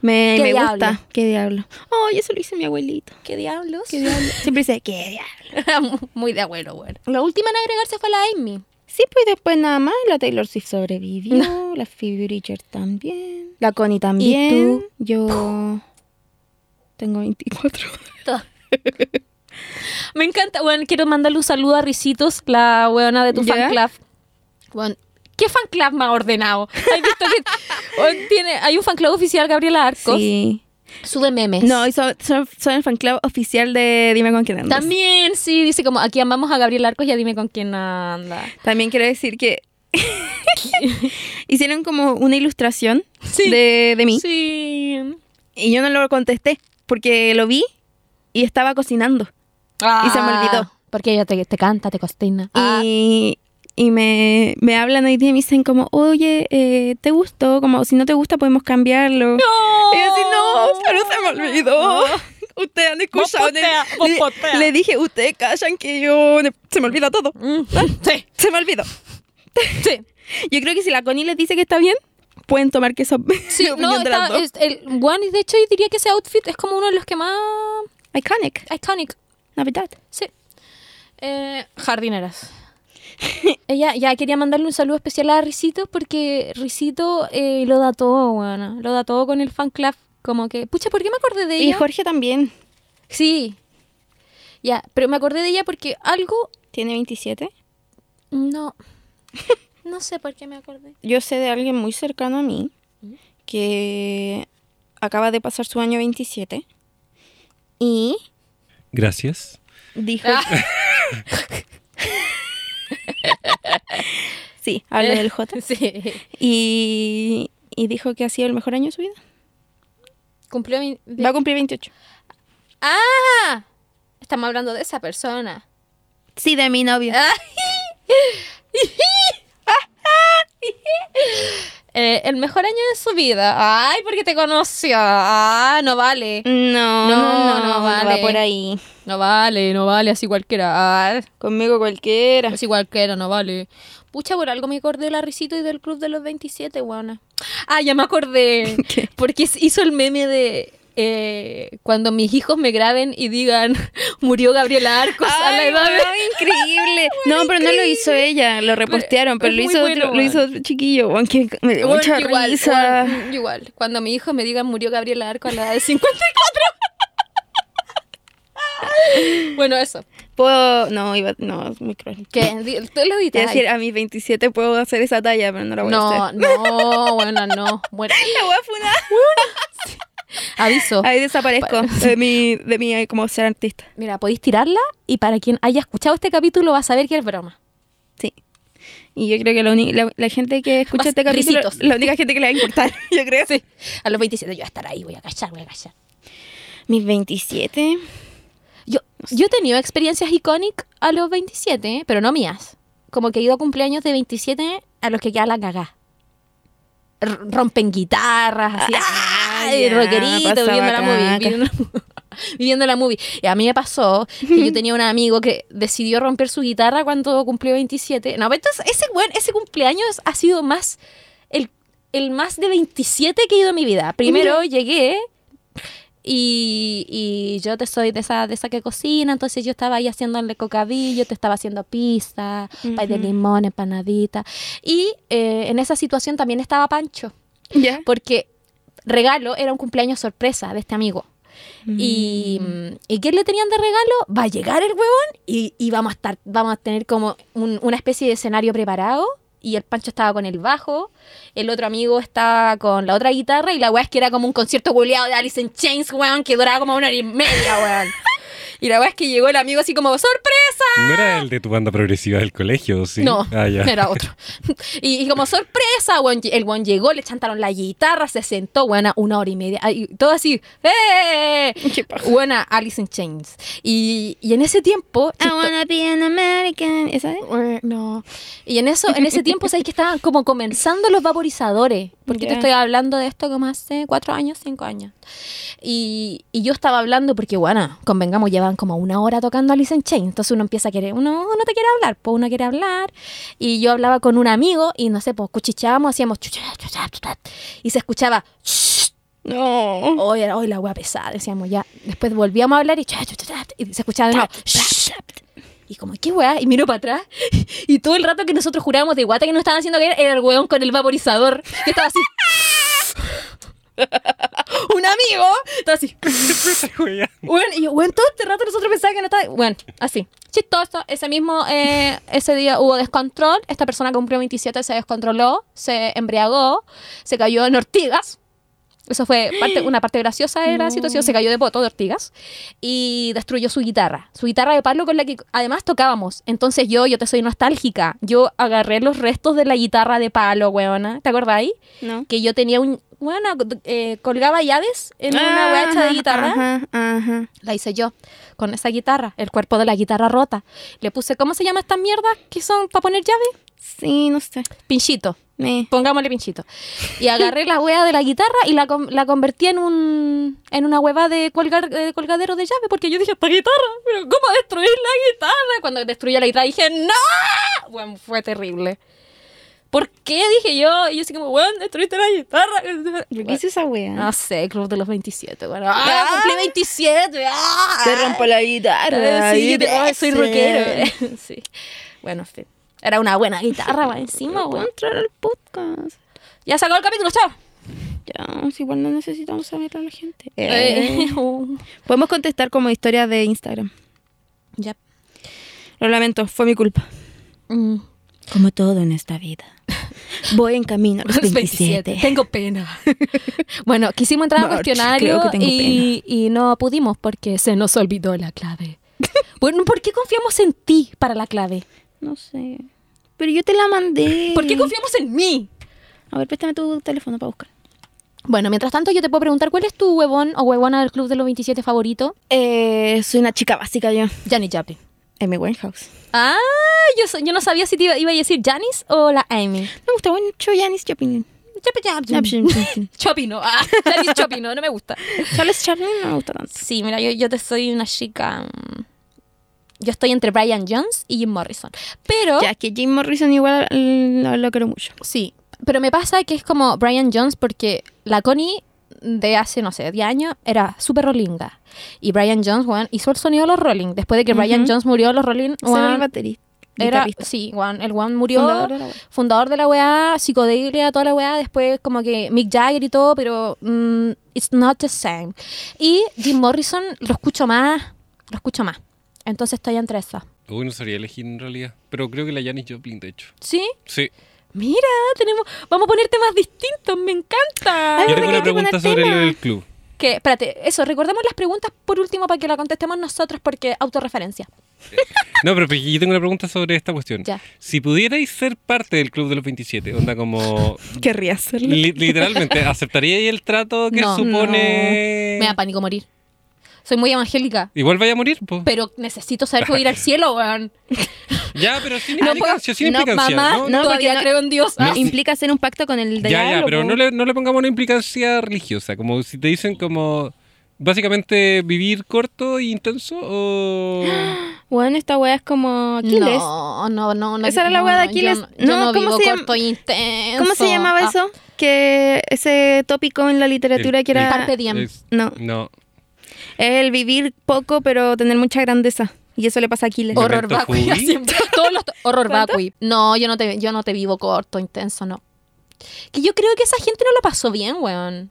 Speaker 2: Me,
Speaker 1: ¿Qué
Speaker 2: me
Speaker 1: diablo?
Speaker 2: gusta. ¿Qué diablo? Oh, eso lo hizo mi abuelito.
Speaker 1: ¿Qué diablos?
Speaker 2: Siempre dice, ¿qué diablo?
Speaker 1: Muy de abuelo, weón. La última en agregarse fue la Amy.
Speaker 2: Sí, pues después nada más la Taylor Swift sobrevivió, la Phoebe Richard también, la Connie también.
Speaker 1: tú?
Speaker 2: Yo tengo 24.
Speaker 1: To- Me encanta, weón, quiero mandarle un saludo a Risitos, la weona de tu
Speaker 2: ¿Ya?
Speaker 1: fan club. Weón, ¿qué fan club más ordenado? ¿Has visto que- weón, tiene, hay un fan club oficial, Gabriela Arcos.
Speaker 2: Sí.
Speaker 1: Sube memes.
Speaker 2: No, y son, son- son el fan club oficial de Dime con quién andas.
Speaker 1: También, sí, dice como aquí amamos a Gabriel Arcos, ya dime con quién anda.
Speaker 2: También quiero decir que hicieron como una ilustración
Speaker 1: Sí.
Speaker 2: de, de mí
Speaker 1: Sí.
Speaker 2: y yo no lo contesté porque lo vi y estaba cocinando. Y se me olvidó.
Speaker 1: Ah. Porque ella te, te canta, te Ah. costina. Y
Speaker 2: Y, y me, me hablan hoy día y me dicen como, oye, eh, ¿te gustó? Como, si no te gusta podemos cambiarlo. Y yo así, no, pero se me olvidó. Ustedes han escuchado.
Speaker 1: Vos potea,
Speaker 2: le-
Speaker 1: vos
Speaker 2: le,
Speaker 1: potea.
Speaker 2: le dije, ustedes callan que yo... ne- Se me olvida todo.
Speaker 1: Mm, Sí,
Speaker 2: Se me olvidó.
Speaker 1: sí.
Speaker 2: Yo creo que si la Connie les dice que está bien, pueden tomar que eso...
Speaker 1: Sí, no, está, es, el, bueno, y de hecho yo diría que ese outfit es como uno de los que más
Speaker 2: Iconic,
Speaker 1: iconic.
Speaker 2: la verdad.
Speaker 1: Sí. Eh, jardineras. Ella ya quería mandarle un saludo especial a Risito porque Risito eh, lo da todo, bueno, lo da todo con el fan club. Como que, pucha, ¿por qué me acordé de
Speaker 2: Y
Speaker 1: ella?
Speaker 2: Jorge también.
Speaker 1: Sí. Ya, pero me acordé de ella porque algo.
Speaker 2: ¿Tiene 27?
Speaker 1: No. No sé por qué me acordé.
Speaker 2: Yo sé de alguien muy cercano a mí que acaba de pasar su año 27 y
Speaker 3: Gracias.
Speaker 2: dijo...
Speaker 1: Ah.
Speaker 2: sí, habla del J.
Speaker 1: Eh, Sí.
Speaker 2: Y, y dijo que ha sido el mejor año de su vida.
Speaker 1: Cumplió mi. de-
Speaker 2: Va a cumplir 28.
Speaker 1: ¡Ah! Estamos hablando de esa persona.
Speaker 2: Sí, de mi novio.
Speaker 1: Eh, el mejor año de su vida. ¡Ay, porque te conoció! ¡Ah, no vale!
Speaker 2: No,
Speaker 1: No,
Speaker 2: no, no, no,
Speaker 1: no
Speaker 2: va
Speaker 1: vale.
Speaker 2: por ahí.
Speaker 1: No vale, no vale, así cualquiera. Ah,
Speaker 2: Conmigo cualquiera.
Speaker 1: así cualquiera, no vale. Pucha, por algo me acordé de la risita y del club de los 27, guana. Ah, ya me acordé. Porque s- hizo el meme de eh, cuando mis hijos me graben y digan, murió Gabriela Arcos a la
Speaker 2: Ay,
Speaker 1: edad de-".
Speaker 2: weón, increíble. no, pero no lo hizo ella, lo repostearon, pero
Speaker 1: es
Speaker 2: lo
Speaker 1: muy
Speaker 2: hizo,
Speaker 1: bueno,
Speaker 2: otro, lo hizo otro chiquillo, aunque me dio
Speaker 1: Bueno,
Speaker 2: mucha
Speaker 1: igual,
Speaker 2: risa.
Speaker 1: bueno, igual. cuando mis hijos me digan, murió Gabriela Arcos a la edad de 54. bueno, eso.
Speaker 2: Puedo, no, iba, no, es muy cruel.
Speaker 1: Que di- tú lo
Speaker 2: Te iba
Speaker 1: editas.
Speaker 2: a decir, ah, a mis 27 puedo hacer esa talla, pero no la voy a
Speaker 1: No,
Speaker 2: hacer.
Speaker 1: no, bueno, no. Bueno,
Speaker 2: La voy a funar.
Speaker 1: aviso.
Speaker 2: Ahí desaparezco de mi, de mi eh, como ser artista.
Speaker 1: Mira, podéis tirarla y para quien haya escuchado este capítulo va a saber que es broma.
Speaker 2: Sí. Y yo creo que la, uni- la, la gente que escucha
Speaker 1: Vas-
Speaker 2: este capítulo,
Speaker 1: risitos.
Speaker 2: la única gente que le va a importar, yo creo.
Speaker 1: Sí. A los 27 yo voy a estar ahí, voy a callar, voy a callar.
Speaker 2: Mis 27.
Speaker 1: Yo, yo he tenido experiencias icónicas a los 27, pero no mías. Como que he ido a cumpleaños de 27 a los que queda la cagá. R- rompen guitarras, así,
Speaker 2: Ah,
Speaker 1: ay,
Speaker 2: ya,
Speaker 1: rockerito,
Speaker 2: pasaba
Speaker 1: viviendo la,
Speaker 2: caca.
Speaker 1: movie, viviendo la movie. viviendo la movie. Y a mí me pasó que yo tenía un amigo que decidió romper su guitarra cuando cumplió 27. No, pero entonces ese, weón- ese cumpleaños ha sido más el, el más de 27 que he ido en mi vida. Primero llegué Y, y yo te soy de esa, de esa que cocina, entonces yo estaba ahí haciéndole cocabillo, te estaba haciendo pizza, pay de
Speaker 2: Ujú.
Speaker 1: limón, empanadita. Y eh, en esa situación también estaba Pancho,
Speaker 2: ¿Ya?
Speaker 1: porque regalo era un cumpleaños sorpresa de este amigo.
Speaker 2: Mm.
Speaker 1: Y, mm, ¿Y qué le tenían de regalo? Va a llegar el huevón y, y vamos, a estar, vamos a tener como un- una especie de escenario preparado. Y el Pancho estaba con el bajo, el otro amigo estaba con la otra guitarra y la weá es que era como un concierto buleado de Alice in Chains, weón, que duraba como una hora y media, weón. Y la weá es que llegó el amigo así como, ¡sorpresa!
Speaker 3: ¿No era el de tu banda progresiva del colegio? Sí.
Speaker 1: No,
Speaker 3: Ah, ya.
Speaker 1: era otro. Y, y como sorpresa, weón, el weón llegó, le chantaron la guitarra, se sentó, weón, a una hora y media, y todo así, ¡eh!
Speaker 2: Qué paja.
Speaker 1: Buena Alice in Chains. Y, y en ese tiempo.
Speaker 2: I
Speaker 1: chisto-
Speaker 2: wanna be an American. ¿Esa es?
Speaker 1: Eh, no. Y en eso, en ese tiempo sabéis que estaban como comenzando los vaporizadores. Porque
Speaker 2: Ya.
Speaker 1: te estoy hablando de esto como hace cuatro años, cinco años. Y, y yo estaba hablando porque, bueno, convengamos, llevan como una hora tocando Alice in Chains. Entonces uno empieza a querer, uno no te quiere hablar, pues uno quiere hablar. Y yo hablaba con un amigo y no sé, pues cuchichábamos, hacíamos chucha, chucha, chucha, y se escuchaba
Speaker 2: No.
Speaker 1: hoy era hoy la wea pesada, decíamos ya. Después volvíamos a hablar y, cha, cha, cha, cha, y se escuchaba de nuevo. "Shh". Y como, ¿qué weá? Y miro para atrás. Y todo el rato que nosotros jurábamos de guata que nos estaban haciendo caer era el weón con el vaporizador. Que estaba así. Un amigo. Estaba así. Weón, y yo, weón, todo este rato nosotros pensábamos que no estaba. Bueno, así. Chistoso. Ese mismo, eh, ese día hubo descontrol. Esta persona que cumplió 27 se descontroló, se embriagó, se cayó en ortigas. Eso fue parte- una parte graciosa de la
Speaker 2: No.
Speaker 1: situación. Se cayó de poto de ortigas y destruyó su guitarra. Su guitarra de palo con la que además tocábamos. Entonces yo, yo te soy nostálgica. Yo agarré los restos de la guitarra de palo, weona. ¿Te acordáis?
Speaker 2: No.
Speaker 1: Que yo tenía un. Bueno, eh, colgaba llaves en una weá hecha de guitarra.
Speaker 2: Ah, Ajá, ajá.
Speaker 1: La hice yo, con esa guitarra, el cuerpo de la guitarra rota. Le puse, ¿cómo se llama estas mierdas que son para poner llave?
Speaker 2: Sí, no sé.
Speaker 1: Pinchito,
Speaker 2: Me.
Speaker 1: pongámosle pinchito. Y agarré la hueá de la guitarra y la, con- la convertí en un en una hueva de, colgar, de colgadero de llave, porque yo dije, esta guitarra, pero ¿cómo destruir la guitarra? Cuando destruí la guitarra dije, ¡no! Bueno, fue terrible. ¿Por qué? Dije yo, y yo así como, bueno, destruiste la guitarra.
Speaker 2: ¿Yo qué hice esa weá?
Speaker 1: No sé, Club de los 27, bueno. ¡Ah, cumplí 27! ¡Ah!
Speaker 2: la
Speaker 1: Ah,
Speaker 2: guitarra.
Speaker 1: sí, yo te- ay, soy rockero.
Speaker 2: Voy
Speaker 1: sí. Bueno, en fin. Era una buena guitarra más
Speaker 2: a
Speaker 1: encima, weón.
Speaker 2: entrar al podcast.
Speaker 1: Ya se acabó el capítulo, chao.
Speaker 2: Ya, si igual no necesitamos saber a la gente.
Speaker 1: Eh,
Speaker 2: Eh.
Speaker 1: uh,
Speaker 2: Podemos contestar como historia de Instagram.
Speaker 1: ya.
Speaker 2: Lo lamento, fue mi culpa.
Speaker 1: Mm.
Speaker 2: Como todo en esta vida. Voy en camino a los 27.
Speaker 1: Tengo pena. bueno, quisimos entrar al
Speaker 2: March,
Speaker 1: cuestionario
Speaker 2: creo que tengo
Speaker 1: y, y no pudimos porque se nos olvidó la clave. bueno, ¿por qué confiamos en ti para la clave?
Speaker 2: No sé. Pero yo te la mandé.
Speaker 1: ¿Por qué confiamos en mí?
Speaker 2: A ver, préstame tu teléfono para buscar.
Speaker 1: Bueno, mientras tanto yo te puedo preguntar cuál es tu huevón o huevona del club de los 27 favorito.
Speaker 2: Eh, soy una chica básica yo.
Speaker 1: Janis Joplin.
Speaker 2: Amy Winehouse.
Speaker 1: Ah, yo, so- yo no sabía si te iba, iba a decir Janice o la Amy.
Speaker 2: Me gusta mucho Janis Joplin. Joplin, Joplin.
Speaker 1: Chopino, ah, Janice Chopino, no me gusta.
Speaker 2: Charles Chaplin no me gusta tanto.
Speaker 1: Sí, mira, yo, yo te soy una chica. mm, Yo estoy entre Brian Jones y Jim Morrison. Pero,
Speaker 2: Ya que Jim Morrison igual mm, lo, lo quiero mucho.
Speaker 1: sí, pero me pasa que es como Brian Jones porque la Connie de hace, no sé, 10 años era súper rollinga. Y Brian Jones, weón, hizo el sonido de los rolling. Después de que Brian
Speaker 2: Ujú.
Speaker 1: Jones murió, los rolling,
Speaker 2: Soy el
Speaker 1: weón,
Speaker 2: baterista.
Speaker 1: era,
Speaker 2: guitarrista,
Speaker 1: sí, weón, el weón murió.
Speaker 2: fundador de la wea.
Speaker 1: fundador de la weá, psicodelia, toda la weá, después como que Mick Jagger y todo, pero mm, it's not the same. Y Jim Morrison lo escucho más, lo escucho más. Entonces estoy entre esas.
Speaker 3: Uy, no sabría elegir en realidad. Pero creo que la Janis Joplin, de hecho.
Speaker 1: ¿Sí?
Speaker 3: Sí.
Speaker 1: Mira, tenemos, vamos a poner temas distintos, me encanta.
Speaker 2: Ay,
Speaker 3: Yo
Speaker 2: ¿verdad que
Speaker 3: tengo
Speaker 2: te
Speaker 3: una pregunta
Speaker 2: pones
Speaker 3: sobre
Speaker 2: tema?
Speaker 3: lo del club.
Speaker 1: Que, espérate, eso, recordemos las preguntas por último para que la contestemos nosotros porque autorreferencia.
Speaker 3: No, pero yo tengo una pregunta sobre esta cuestión.
Speaker 1: Ya.
Speaker 3: Si pudierais ser parte del club de los 27, onda como...
Speaker 2: Querría hacerlo.
Speaker 3: li- literalmente, ¿aceptaríais el trato que
Speaker 1: No.
Speaker 3: supone...?
Speaker 1: Me da pánico morir. Soy muy evangélica,
Speaker 3: Igual vaya a morir, po.
Speaker 1: pero necesito saber cómo ir al cielo, weón.
Speaker 3: Ya, pero sin
Speaker 1: No
Speaker 3: implicancia,
Speaker 1: puedo-
Speaker 3: sin
Speaker 1: no,
Speaker 3: implicancia.
Speaker 1: mamá,
Speaker 3: ¿no?
Speaker 2: no,
Speaker 1: todavía
Speaker 2: porque no-
Speaker 1: creo en Dios.
Speaker 3: No,
Speaker 1: Ah.
Speaker 3: sí.
Speaker 2: Implica hacer un pacto con el diablo.
Speaker 3: Ya, ya, pero
Speaker 2: po.
Speaker 3: no le, no le pongamos una implicancia religiosa. Como si te dicen como... Básicamente vivir corto e intenso o...
Speaker 2: Bueno, esta wea es como Aquiles.
Speaker 1: No, no, no. no
Speaker 2: Esa era la
Speaker 1: no,
Speaker 2: weá de
Speaker 1: no,
Speaker 2: Aquiles.
Speaker 1: Yo, yo
Speaker 2: No,
Speaker 1: no
Speaker 2: ¿cómo
Speaker 1: vivo
Speaker 2: se llama?
Speaker 1: corto e intenso.
Speaker 2: ¿Cómo se llamaba
Speaker 1: Ah,
Speaker 2: eso? Que ese tópico en la literatura
Speaker 3: El-
Speaker 2: que era...
Speaker 1: Carpe diem.
Speaker 3: Es-
Speaker 2: No,
Speaker 3: No.
Speaker 2: Es el vivir poco, pero tener mucha grandeza. Y eso le pasa a Aquiles.
Speaker 3: Oh.
Speaker 1: Ah. Horror
Speaker 3: Memento
Speaker 1: vacui.
Speaker 3: Fugui.
Speaker 1: así, todos los to- horror
Speaker 2: ¿Cuánto?
Speaker 1: vacui. No, yo no te yo no te vivo corto, intenso, no. Que yo creo que esa gente no lo pasó bien, weón.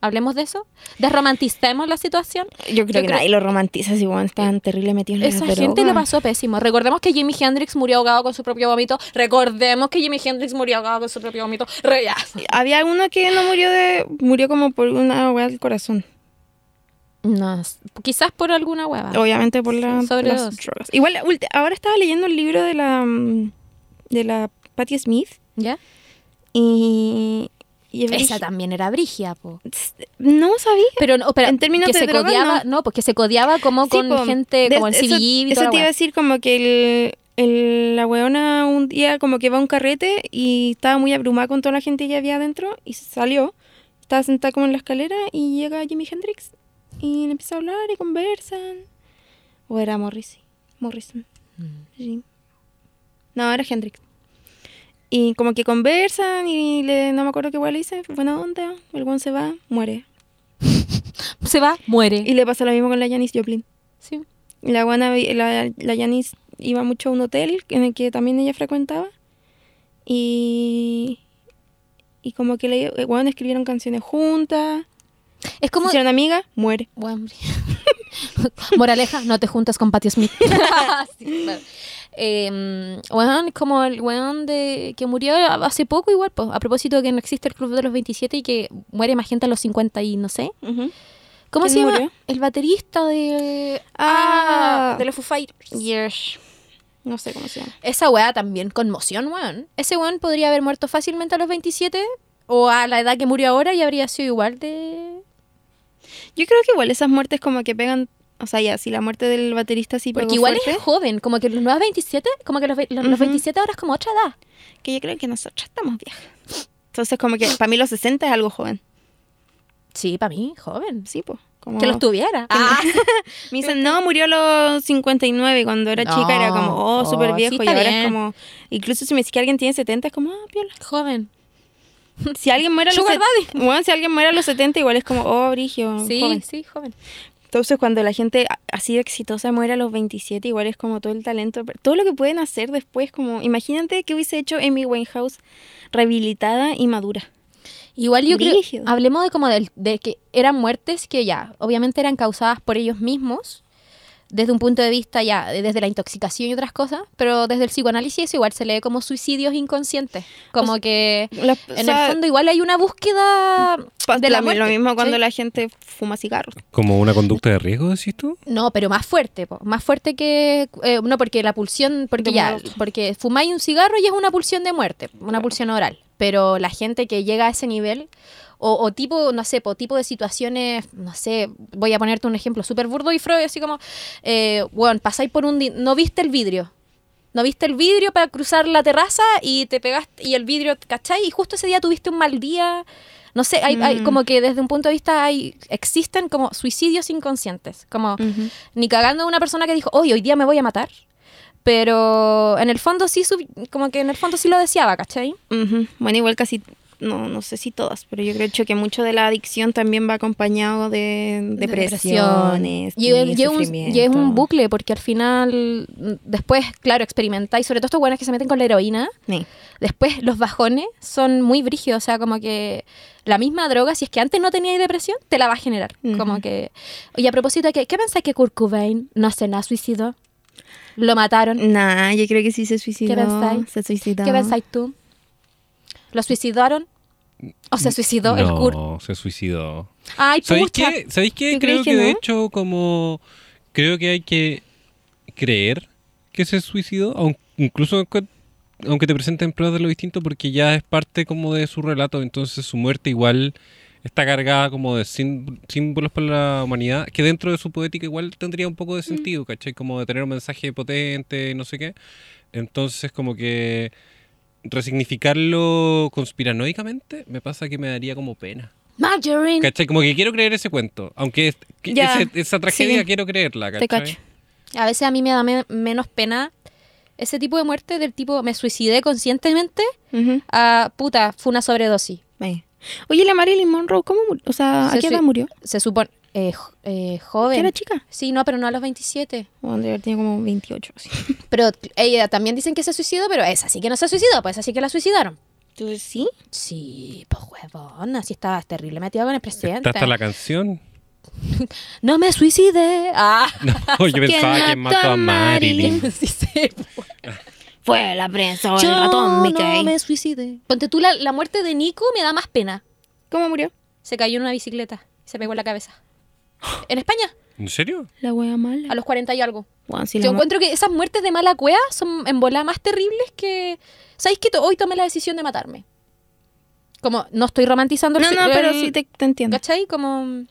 Speaker 1: Hablemos de eso. Desromanticemos la situación.
Speaker 2: Yo creo que
Speaker 1: creo-
Speaker 2: nadie lo romantiza, si bueno, estaban terrible metidos en
Speaker 1: Esa
Speaker 2: la
Speaker 1: gente
Speaker 2: droga.
Speaker 1: lo pasó pésimo. Recordemos que Jimi Hendrix murió ahogado con su propio vómito. Recordemos que Jimi Hendrix murió ahogado con su propio vómito. Re- ya.
Speaker 2: Había uno que no murió de. murió como por una weá del corazón.
Speaker 1: No, s- quizás por alguna hueva.
Speaker 2: Obviamente por la,
Speaker 1: Ah. Sí, sobre
Speaker 2: las
Speaker 1: dos.
Speaker 2: drogas. Igual, ulti- ahora estaba leyendo el libro de la. mm, de la Patti Smith.
Speaker 1: ¿Ya?
Speaker 2: Y. y es
Speaker 1: Esa
Speaker 2: brigi-
Speaker 1: también era brigia, po.
Speaker 2: No sabía.
Speaker 1: Pero no, pero
Speaker 2: En términos
Speaker 1: que
Speaker 2: de
Speaker 1: se
Speaker 2: drogas,
Speaker 1: codiaba, no. porque se codiaba como
Speaker 2: Sí,
Speaker 1: con
Speaker 2: po.
Speaker 1: gente
Speaker 2: De-
Speaker 1: como en
Speaker 2: eso-
Speaker 1: CBGB y
Speaker 2: Eso,
Speaker 1: toda la
Speaker 2: te iba a
Speaker 1: hueá.
Speaker 2: decir como que el, el- la weona un día como que va a un carrete y estaba muy abrumada con toda la gente que había adentro y se salió. Estaba sentada como en la escalera y llega Jimi Hendrix y le empieza a hablar y conversan. O era Morrissey.
Speaker 1: Mm.
Speaker 2: Morrison. Sí. No, era Hendrix. Y como que conversan y le- no me acuerdo qué hueá le dice. Buena onda. El buen se va, muere.
Speaker 1: Se va, muere.
Speaker 2: Y le pasa lo mismo con la Janis Joplin.
Speaker 1: Sí.
Speaker 2: La guana, vi- la, la Yanis iba mucho a un hotel en el que también ella frecuentaba. Y. Y como que le eh, bueno, escribieron canciones juntas.
Speaker 1: Es
Speaker 2: ¿Cómo?
Speaker 1: como.
Speaker 2: Hicieron amiga, muere.
Speaker 1: Buen bri- Moraleja, no te juntas con Patty Smith. Sí, claro. Eh, weón, es como el weón de, que murió hace poco, igual, pues, a propósito de que no existe el club de los 27 y que muere más gente a los 50 y no sé. ¿Cómo
Speaker 2: ¿Quién
Speaker 1: se llama?
Speaker 2: murió?
Speaker 1: El baterista de.
Speaker 2: Ah.
Speaker 1: de los Foo Fighters.
Speaker 2: Yes. No sé cómo se llama.
Speaker 1: Esa weá también, conmoción, weón. Ese weón podría haber muerto fácilmente a los 27 o a la edad que murió ahora y habría sido igual de.
Speaker 2: Yo creo que igual esas muertes como que pegan. O sea, ya, si la muerte del baterista sí
Speaker 1: Porque
Speaker 2: pegó
Speaker 1: igual
Speaker 2: fuerte,
Speaker 1: es joven, como que los nuevos 27, como que los, ve- los
Speaker 2: Ujú.
Speaker 1: 27 ahora es como otra edad.
Speaker 2: Que yo creo que nosotros estamos viejas. Entonces, como que para mí los 60 es algo joven.
Speaker 1: Sí, para mí, joven.
Speaker 2: Sí, pues. Como...
Speaker 1: Que los tuviera. Ah,
Speaker 2: Me dicen, no, murió a los 59 cuando era chica, era como, oh,
Speaker 1: No,
Speaker 2: súper
Speaker 1: oh,
Speaker 2: viejo.
Speaker 1: sí,
Speaker 2: y
Speaker 1: está
Speaker 2: ahora es
Speaker 1: bien.
Speaker 2: como, incluso si me dice que alguien tiene 70, es como, ah, piola.
Speaker 1: joven.
Speaker 2: Si alguien muere a los
Speaker 1: Sugar
Speaker 2: set- Bueno, si alguien muere a los 70, igual es como, oh, brigio.
Speaker 1: Sí,
Speaker 2: joven".
Speaker 1: sí, joven.
Speaker 2: Entonces, cuando la gente a- así de exitosa muere a los 27, igual es como todo el talento, pero todo lo que pueden hacer después, como, imagínate que hubiese hecho Amy Winehouse rehabilitada y madura.
Speaker 1: Igual yo creo,
Speaker 2: Brígido.
Speaker 1: hablemos de como del- de, que eran muertes que ya, obviamente eran causadas por ellos mismos, desde un punto de vista ya, de- desde la intoxicación y otras cosas, pero desde el psicoanálisis eso igual se lee como suicidios inconscientes, como que
Speaker 2: Las- o
Speaker 1: en
Speaker 2: sea,
Speaker 1: el fondo igual hay una búsqueda
Speaker 2: pasa
Speaker 1: de la
Speaker 2: lo
Speaker 1: muerte.
Speaker 2: mismo cuando
Speaker 1: ¿sí?
Speaker 2: la gente fuma cigarros.
Speaker 3: ¿Como una conducta de riesgo, decís tú?
Speaker 1: No, pero más fuerte, po. más fuerte que... eh, no, porque la pulsión, porque
Speaker 2: De
Speaker 1: ya,
Speaker 2: muerte.
Speaker 1: porque fumáis un cigarro y es una pulsión de muerte, una pulsión oral. Pero la gente que llega a ese nivel, o, o tipo, no sé, po, tipo de situaciones, no sé, voy a ponerte un ejemplo súper burdo y froyo, así como, eh, weón, pasáis por un... di- no viste el vidrio. No viste el vidrio para cruzar la terraza y te pegaste, y el vidrio, ¿cachai? Y justo ese día tuviste un mal día. No sé, hay, hay
Speaker 2: Mm.
Speaker 1: como que desde un punto de vista hay, existen como suicidios inconscientes, como
Speaker 2: Ujú.
Speaker 1: ni cagando a una persona que dijo, hoy hoy día me voy a matar. Pero en el fondo sí, sub- como que en el fondo sí lo deseaba, ¿cachai?
Speaker 2: Ujú. Bueno, igual casi, no, no sé si todas, pero yo creo que mucho de la adicción también va acompañado de depresiones.
Speaker 1: Y es-
Speaker 2: y
Speaker 1: y es un, y es
Speaker 2: sufrimiento.
Speaker 1: un bucle, porque al final, mm, después, claro, experimentáis, sobre todo estos buenos que se meten con la heroína,
Speaker 2: Sí.
Speaker 1: después los bajones son muy brígidos, o sea, como que la misma droga, si es que antes no teníais depresión, te la va a generar.
Speaker 2: Ujú.
Speaker 1: Como que... Y a propósito, ¿qué, qué pensáis que Kurt Cobain no se nada suicidó? Lo mataron.
Speaker 2: Nah, yo creo que sí se suicidó.
Speaker 1: ¿Qué pensáis?
Speaker 2: Se suicidó.
Speaker 1: ¿Qué pensáis tú? ¿Lo suicidaron? ¿O se suicidó el Kurt?
Speaker 3: Mm, No, se suicidó.
Speaker 1: Ay,
Speaker 3: ¿Sabéis
Speaker 1: pucha.
Speaker 3: qué? ¿Sabéis qué?
Speaker 2: ¿Tú
Speaker 3: Creo
Speaker 2: crees
Speaker 3: que,
Speaker 2: que
Speaker 3: de
Speaker 2: no?
Speaker 3: hecho, como. Creo que hay que creer que se suicidó, aun- incluso cu- aunque te presenten pruebas de lo distinto, porque ya es parte como de su relato, entonces su muerte igual está cargada como de sim- símbolos para la humanidad, que dentro de su poética igual tendría un poco de sentido, ¿cachai? Como de tener un mensaje potente, no sé qué. Entonces, como que resignificarlo conspiranoicamente me pasa que me daría como pena.
Speaker 1: Margarine.
Speaker 3: ¿Cachai? Como que quiero creer ese cuento. Aunque es- que
Speaker 2: Ya,
Speaker 3: ese- esa tragedia
Speaker 2: sí.
Speaker 3: quiero creerla, ¿cachai?
Speaker 2: Te cacho.
Speaker 1: A veces a mí me da me- menos pena ese tipo de muerte del tipo me suicidé conscientemente
Speaker 2: Ujú.
Speaker 1: a puta, fue una sobredosis.
Speaker 2: Ahí. Oye, la Marilyn Monroe, ¿cómo murió? O sea, ¿a
Speaker 1: Se
Speaker 2: qué
Speaker 1: sui-
Speaker 2: edad murió?
Speaker 1: Se supone. eh, jo- eh, joven.
Speaker 2: ¿Qué era chica?
Speaker 1: Sí, no, pero no a los 27.
Speaker 2: Bueno, debe haber tenido como 28. Así.
Speaker 1: Pero ella también dicen que se suicidó, pero esa sí que no se suicidó, pues esa sí que la suicidaron.
Speaker 2: Entonces, sí.
Speaker 1: Sí, pues huevona, sí estabas terrible metida con el presidente.
Speaker 3: Está hasta la canción.
Speaker 1: No me suicide. Ah.
Speaker 3: No, yo pensaba que mató a Marilyn.
Speaker 1: Sí, sí.
Speaker 2: Fue la prensa o
Speaker 1: Yo
Speaker 2: el ratón,
Speaker 1: no
Speaker 2: Mickey.
Speaker 1: me suicide. Ponte tú la, la muerte de Nico me da más pena.
Speaker 2: ¿Cómo murió?
Speaker 1: Se cayó en una bicicleta. Se pegó en la cabeza. ¿En España?
Speaker 3: ¿En serio?
Speaker 2: La wea mala.
Speaker 1: A los 40 y algo.
Speaker 2: Bueno, sí,
Speaker 1: Yo
Speaker 2: la ma-
Speaker 1: encuentro que esas muertes de mala cueva son en bola más terribles que... ¿Sabéis que to- hoy tomé la decisión de matarme? Como, no estoy romantizando el
Speaker 2: No,
Speaker 1: se-
Speaker 2: no, pero
Speaker 1: el-
Speaker 2: sí te, te entiendo.
Speaker 1: ¿Cachai? Como... mm,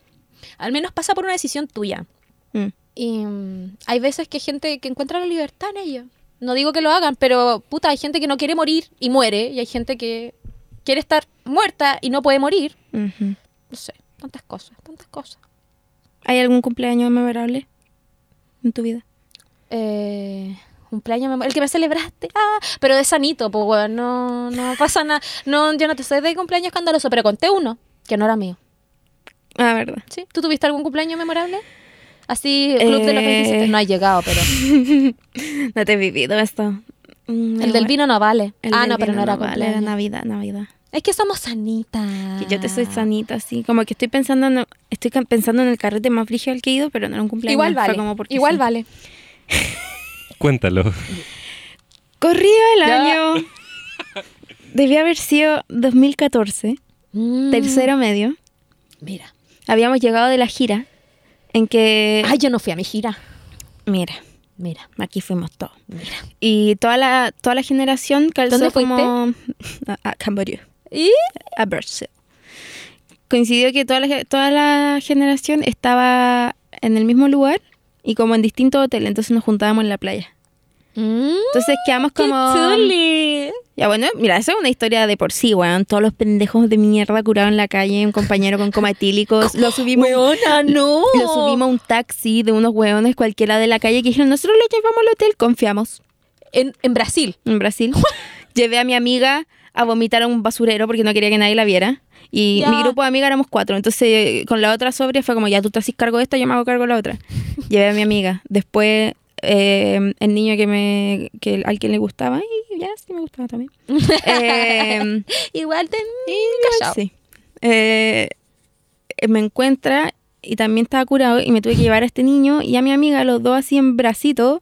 Speaker 1: Al menos pasa por una decisión tuya.
Speaker 2: Mm.
Speaker 1: Y mm, hay veces que hay gente que encuentra la libertad en ello. No digo que lo hagan, pero puta, hay gente que no quiere morir y muere. Y hay gente que quiere estar muerta y no puede morir.
Speaker 2: Mm, Ujú.
Speaker 1: No sé, tantas cosas, tantas cosas.
Speaker 2: ¿Hay algún cumpleaños memorable en tu vida?
Speaker 1: Eh, cumpleaños, memo- el que me celebraste. Ah, pero es sanito, pues weón, no, no pasa nada. No, yo no te sé de cumpleaños escandaloso, pero conté uno que no era mío.
Speaker 2: Ah, verdad.
Speaker 1: ¿Sí? ¿Tú tuviste algún cumpleaños memorable? Así, Club de los
Speaker 2: Eh.
Speaker 1: 27. No ha llegado, pero.
Speaker 2: No te he vivido esto. Mm,
Speaker 1: El del vino no vale.
Speaker 2: el
Speaker 1: ah,
Speaker 2: del
Speaker 1: no, pero
Speaker 2: vino
Speaker 1: no era
Speaker 2: vale,
Speaker 1: cumpleaños.
Speaker 2: Era Navidad, Navidad.
Speaker 1: Es que somos sanitas.
Speaker 2: Que yo te soy sanita, así. Como que estoy pensando en, estoy ca- pensando en el carrete más frígido al que he ido, pero no era un cumpleaños.
Speaker 1: Igual vale.
Speaker 2: Fue como porque
Speaker 1: Igual
Speaker 2: sí.
Speaker 1: vale.
Speaker 3: Cuéntalo.
Speaker 2: Corría el
Speaker 1: Ya.
Speaker 2: año. Debía haber sido 2014, Mm. tercero medio.
Speaker 1: Mira.
Speaker 2: Habíamos llegado de la gira en que.
Speaker 1: Ay, yo no fui a mi gira.
Speaker 2: Mira,
Speaker 1: Mira,
Speaker 2: aquí fuimos todos.
Speaker 1: mira.
Speaker 2: Y toda la, toda la generación calzó
Speaker 1: ¿Dónde fuiste?
Speaker 2: como a, a Camboriú,
Speaker 1: ¿Y?
Speaker 2: a Brasil. Coincidió que toda la, ge- toda la generación estaba en el mismo lugar y como en distintos hoteles, entonces nos juntábamos en la playa.
Speaker 1: Mm.
Speaker 2: Entonces quedamos como... Ya bueno, mira, eso es una historia de por sí, weón. Todos los pendejos de mierda curados en la calle, un compañero con coma etílicos, lo subimos...
Speaker 1: Weona, no.
Speaker 2: Lo subimos a un taxi de unos weones cualquiera de la calle que dijeron, nosotros lo llevamos al hotel, confiamos.
Speaker 1: En, en Brasil.
Speaker 2: en Brasil. Llevé a mi amiga a vomitar a un basurero porque no quería que nadie la viera. Y
Speaker 1: Ya.
Speaker 2: mi grupo de amigas éramos cuatro. Entonces, eh, con la otra sobria fue como, ya tú te haces cargo de esta, yo me hago cargo de la otra. Llevé a mi amiga. Después, eh, el niño que me que al que le gustaba, y ya sí me gustaba también. Eh,
Speaker 1: Igual te... Cachao.
Speaker 2: sí. Eh, me encuentra y también estaba curado y me tuve que llevar a este niño y a mi amiga, los dos así en bracito,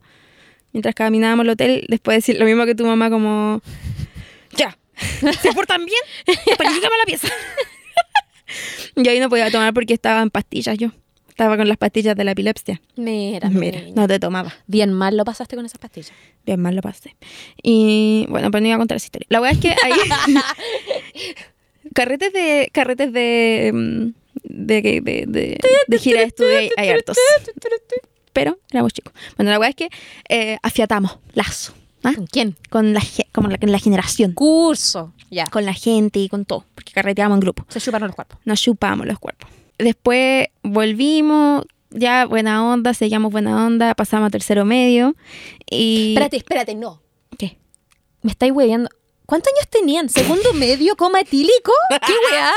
Speaker 2: mientras caminábamos al hotel, después de decir lo mismo que tu mamá, como, ya, se portan bien, palificamos la pieza. y ahí no podía tomar porque estaba en pastillas yo. Estaba con las pastillas de la epilepsia.
Speaker 1: Mira, mira.
Speaker 2: Mira, no te tomaba.
Speaker 1: Bien mal lo pasaste con esas pastillas.
Speaker 2: Bien mal lo pasé. Y bueno, pues no iba a contar esa historia. La verdad es que hay carretes de carretes de mm, de de, de, de- de gira de estudio hay, hay hartos. Pero éramos chicos. Bueno, la verdad es que eh, afiatamos lazo, ¿ah?
Speaker 1: ¿Con quién?
Speaker 2: Con la ge- como la, con la generación,
Speaker 1: Curso. Ya.
Speaker 2: con la gente y con todo, porque carreteamos en grupo
Speaker 1: Se chuparon los cuerpos.
Speaker 2: nos chupamos los cuerpos. Después volvimos, ya buena onda, seguíamos buena onda, pasamos a tercero medio y...
Speaker 1: Espérate, espérate, no.
Speaker 2: ¿Qué?
Speaker 1: Me estáis hueveando. ¿Cuántos años tenían? ¿Segundo medio, coma etílico? ¿Qué weá?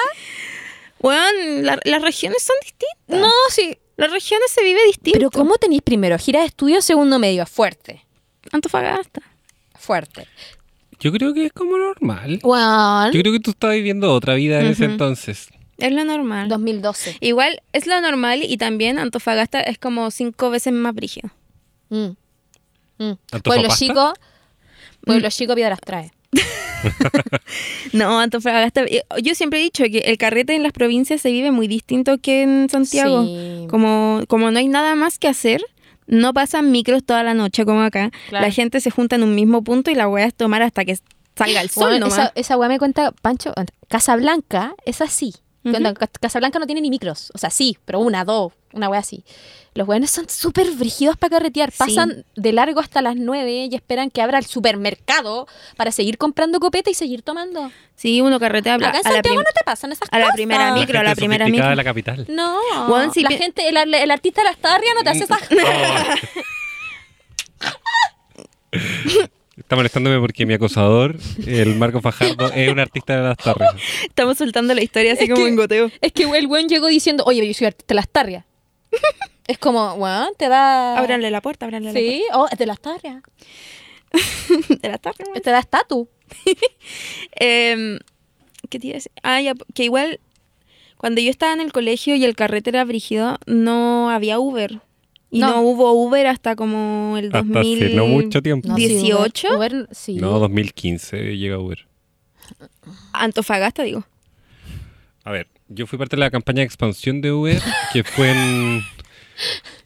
Speaker 2: Bueno, la- las regiones son distintas.
Speaker 1: No, sí.
Speaker 2: Las regiones se vive distinto.
Speaker 1: Pero ¿cómo tenéis primero? Gira de estudio, segundo medio. Fuerte.
Speaker 2: Antofagasta.
Speaker 1: Fuerte.
Speaker 3: Yo creo que es como normal.
Speaker 1: Wow.
Speaker 3: Yo creo que tú estabas viviendo otra vida en ese
Speaker 2: Ujú.
Speaker 3: entonces.
Speaker 2: Es lo normal.
Speaker 1: 2012.
Speaker 2: Igual es lo normal y también Antofagasta es como cinco veces más brígido.
Speaker 1: Mm. Mm.
Speaker 3: ¿Antofagasta?
Speaker 1: Pueblo chico.
Speaker 2: Mm.
Speaker 1: Pueblo chico, piedras trae.
Speaker 2: No, Antofagasta... eh, Yo siempre he dicho que el carrete en las provincias se vive muy distinto que en Santiago.
Speaker 1: Sí.
Speaker 2: Como, como no hay nada más que hacer, no pasan micros toda la noche como acá.
Speaker 1: Claro.
Speaker 2: La gente se junta en un mismo punto y la voy a tomar hasta que salga el sol
Speaker 1: Bueno,
Speaker 2: nomás.
Speaker 1: esa, esa weá me cuenta, Pancho, Casablanca es así.
Speaker 2: Ujú.
Speaker 1: Cuando Ca- Casablanca no tiene ni micros. O sea, sí, pero una, dos, una weá así. Los weones son súper brígidos para carretear.
Speaker 2: Sí.
Speaker 1: Pasan de largo hasta las nueve y esperan que abra el supermercado para seguir comprando copeta y seguir tomando.
Speaker 2: Sí, uno carretea a, la-
Speaker 1: Acá en
Speaker 2: a la,
Speaker 1: Santiago
Speaker 2: prim-
Speaker 1: no te pasan esas
Speaker 2: a la
Speaker 1: cosas.
Speaker 2: primera micro, a la
Speaker 3: gente
Speaker 2: primera micro.
Speaker 3: sofisticada de la capital.
Speaker 1: No,
Speaker 2: Weón, si
Speaker 1: la
Speaker 2: pi-
Speaker 1: gente, el, ar- el artista de la está arriba no te hace esas
Speaker 3: Mm, oh. Está molestándome porque mi acosador, el Marco Fajardo, es un artista de las tardes.
Speaker 2: Estamos soltando la historia así
Speaker 1: Es
Speaker 2: como
Speaker 1: que-
Speaker 2: en goteo.
Speaker 1: Es que el weón llegó diciendo, oye, yo soy artista de las tarrias. Es como, weón, te da.
Speaker 2: Ábranle la puerta, ábranle
Speaker 1: Sí, oh, te da estaria.
Speaker 2: la puerta. Era tarde, bueno.
Speaker 1: Te da estatus.
Speaker 2: Em, ¿Qué te iba a decir? Ah, ya, que igual cuando yo estaba en el colegio y el carrete era brígido, no había Uber. Y no,
Speaker 1: No.
Speaker 2: hubo Uber hasta como el 2000.
Speaker 3: Hasta hace no mucho tiempo.
Speaker 1: No, sí, Uber-
Speaker 2: 18?
Speaker 1: Uber, sí.
Speaker 3: No, 2015 llega Uber.
Speaker 2: Antofagasta, digo.
Speaker 3: A ver, yo fui parte de la campaña de expansión de Uber, que fue en...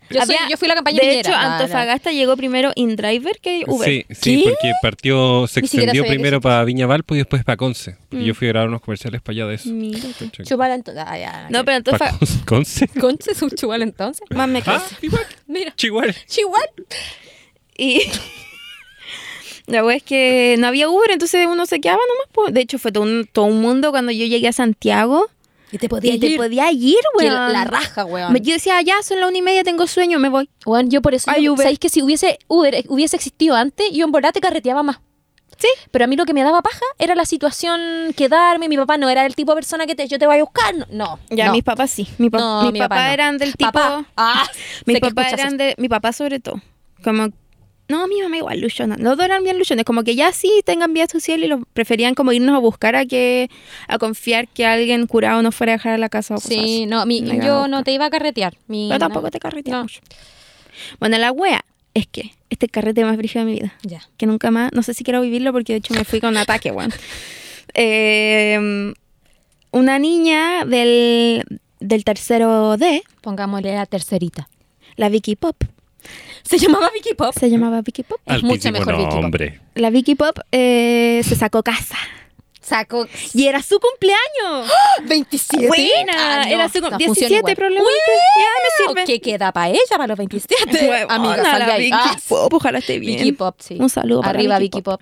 Speaker 1: yo, soy-
Speaker 2: Había-
Speaker 1: yo fui la campaña
Speaker 2: De
Speaker 1: Piñera.
Speaker 2: hecho,
Speaker 1: No, no.
Speaker 2: Antofagasta llegó primero InDriver que Uber.
Speaker 3: Sí, sí,
Speaker 1: ¿Qué?
Speaker 3: porque partió, se
Speaker 1: Ni siquiera sabía
Speaker 3: extendió
Speaker 1: que
Speaker 3: primero para Viña Valpo y después para Conce. Porque
Speaker 2: Mm.
Speaker 3: yo fui a grabar unos comerciales para allá de
Speaker 1: Mm.
Speaker 3: eso.
Speaker 2: Mira tú.
Speaker 3: Chucha.
Speaker 1: Chúpala entonces. Ah, ya,
Speaker 2: No, pero
Speaker 3: ¿Para
Speaker 2: Antofagasta.
Speaker 3: Con- Conce?
Speaker 1: Concha es un chubal entonces.
Speaker 2: Más me
Speaker 3: Ah,
Speaker 2: crece.
Speaker 3: igual,
Speaker 1: Mira.
Speaker 3: igual.
Speaker 1: Chihuahua.
Speaker 2: Y la wea es que no había Uber, entonces uno se quedaba nomás. po. De hecho, fue todo un, todo un mundo cuando yo llegué a Santiago.
Speaker 1: Y te
Speaker 2: Y te podía ir,
Speaker 1: Que
Speaker 2: weón.
Speaker 1: la, la raja, "Ah, weón.
Speaker 2: Me- Yo decía, ya son las una y media, tengo sueño, me voy.
Speaker 1: Weón, yo por eso.
Speaker 2: Ay,
Speaker 1: yo-
Speaker 2: Uber.
Speaker 1: ¿Sabéis que si hubiese Uber eh, hubiese existido antes, yo en verdad te carreteaba más?
Speaker 2: Sí.
Speaker 1: Pero a mí lo que me daba paja era la situación quedarme. Mi papá no era el tipo de persona que te, yo te voy a buscar. No, No.
Speaker 2: Ya,
Speaker 1: no.
Speaker 2: mis papás sí. Mi pa-
Speaker 1: No,
Speaker 2: mis
Speaker 1: mi
Speaker 2: papás
Speaker 1: papá no.
Speaker 2: eran del tipo.
Speaker 1: Papá. Ah,
Speaker 2: Mis
Speaker 1: sé que
Speaker 2: papás
Speaker 1: escuchas
Speaker 2: eran de. Mi papá, sobre todo. Como. No, mi mamá igual, luchona. Los dos eran bien luchones. Como que ya sí tengan vida social y lo preferían como irnos a buscar a que. a confiar que alguien curado nos fuera a dejar a la casa o cosas
Speaker 1: Sí,
Speaker 2: así.
Speaker 1: no, mi-
Speaker 2: Me
Speaker 1: yo
Speaker 2: cago.
Speaker 1: no te iba a carretear. Mi,
Speaker 2: Pero tampoco
Speaker 1: no.
Speaker 2: te carrete
Speaker 1: No.
Speaker 2: mucho. Bueno, la wea es que este carrete más brígido de mi vida.
Speaker 1: Ya.
Speaker 2: Que nunca más, no sé si quiero vivirlo porque de hecho me fui con un ataque, weón. Eh, una niña del, del tercero D,
Speaker 1: Pongámosle la tercerita.
Speaker 2: la Vicky Pop,
Speaker 1: Se llamaba Vicky Pop.
Speaker 2: se llamaba Vicky Pop.
Speaker 1: Es mucho
Speaker 3: Altísimo
Speaker 1: mejor Vicky Pop.
Speaker 3: nombre.
Speaker 2: La Vicky Pop eh, se sacó casa.
Speaker 1: Sacó
Speaker 2: Y era su cumpleaños.
Speaker 1: 27.
Speaker 2: Buena,
Speaker 1: Ah, no,
Speaker 2: era su
Speaker 1: no,
Speaker 2: cum-
Speaker 1: funciona
Speaker 2: 17
Speaker 1: igual.
Speaker 2: probablemente. Ya me sirve.
Speaker 1: ¿Qué queda para ella, para los 27?
Speaker 2: Huevona,
Speaker 1: Amiga,
Speaker 2: la
Speaker 1: salga ahí.
Speaker 2: Vicky
Speaker 1: Ah,
Speaker 2: Pop, ojalá esté bien.
Speaker 1: Vicky Pop, sí.
Speaker 2: Un saludo para
Speaker 1: Arriba
Speaker 2: la
Speaker 1: Vicky Pop.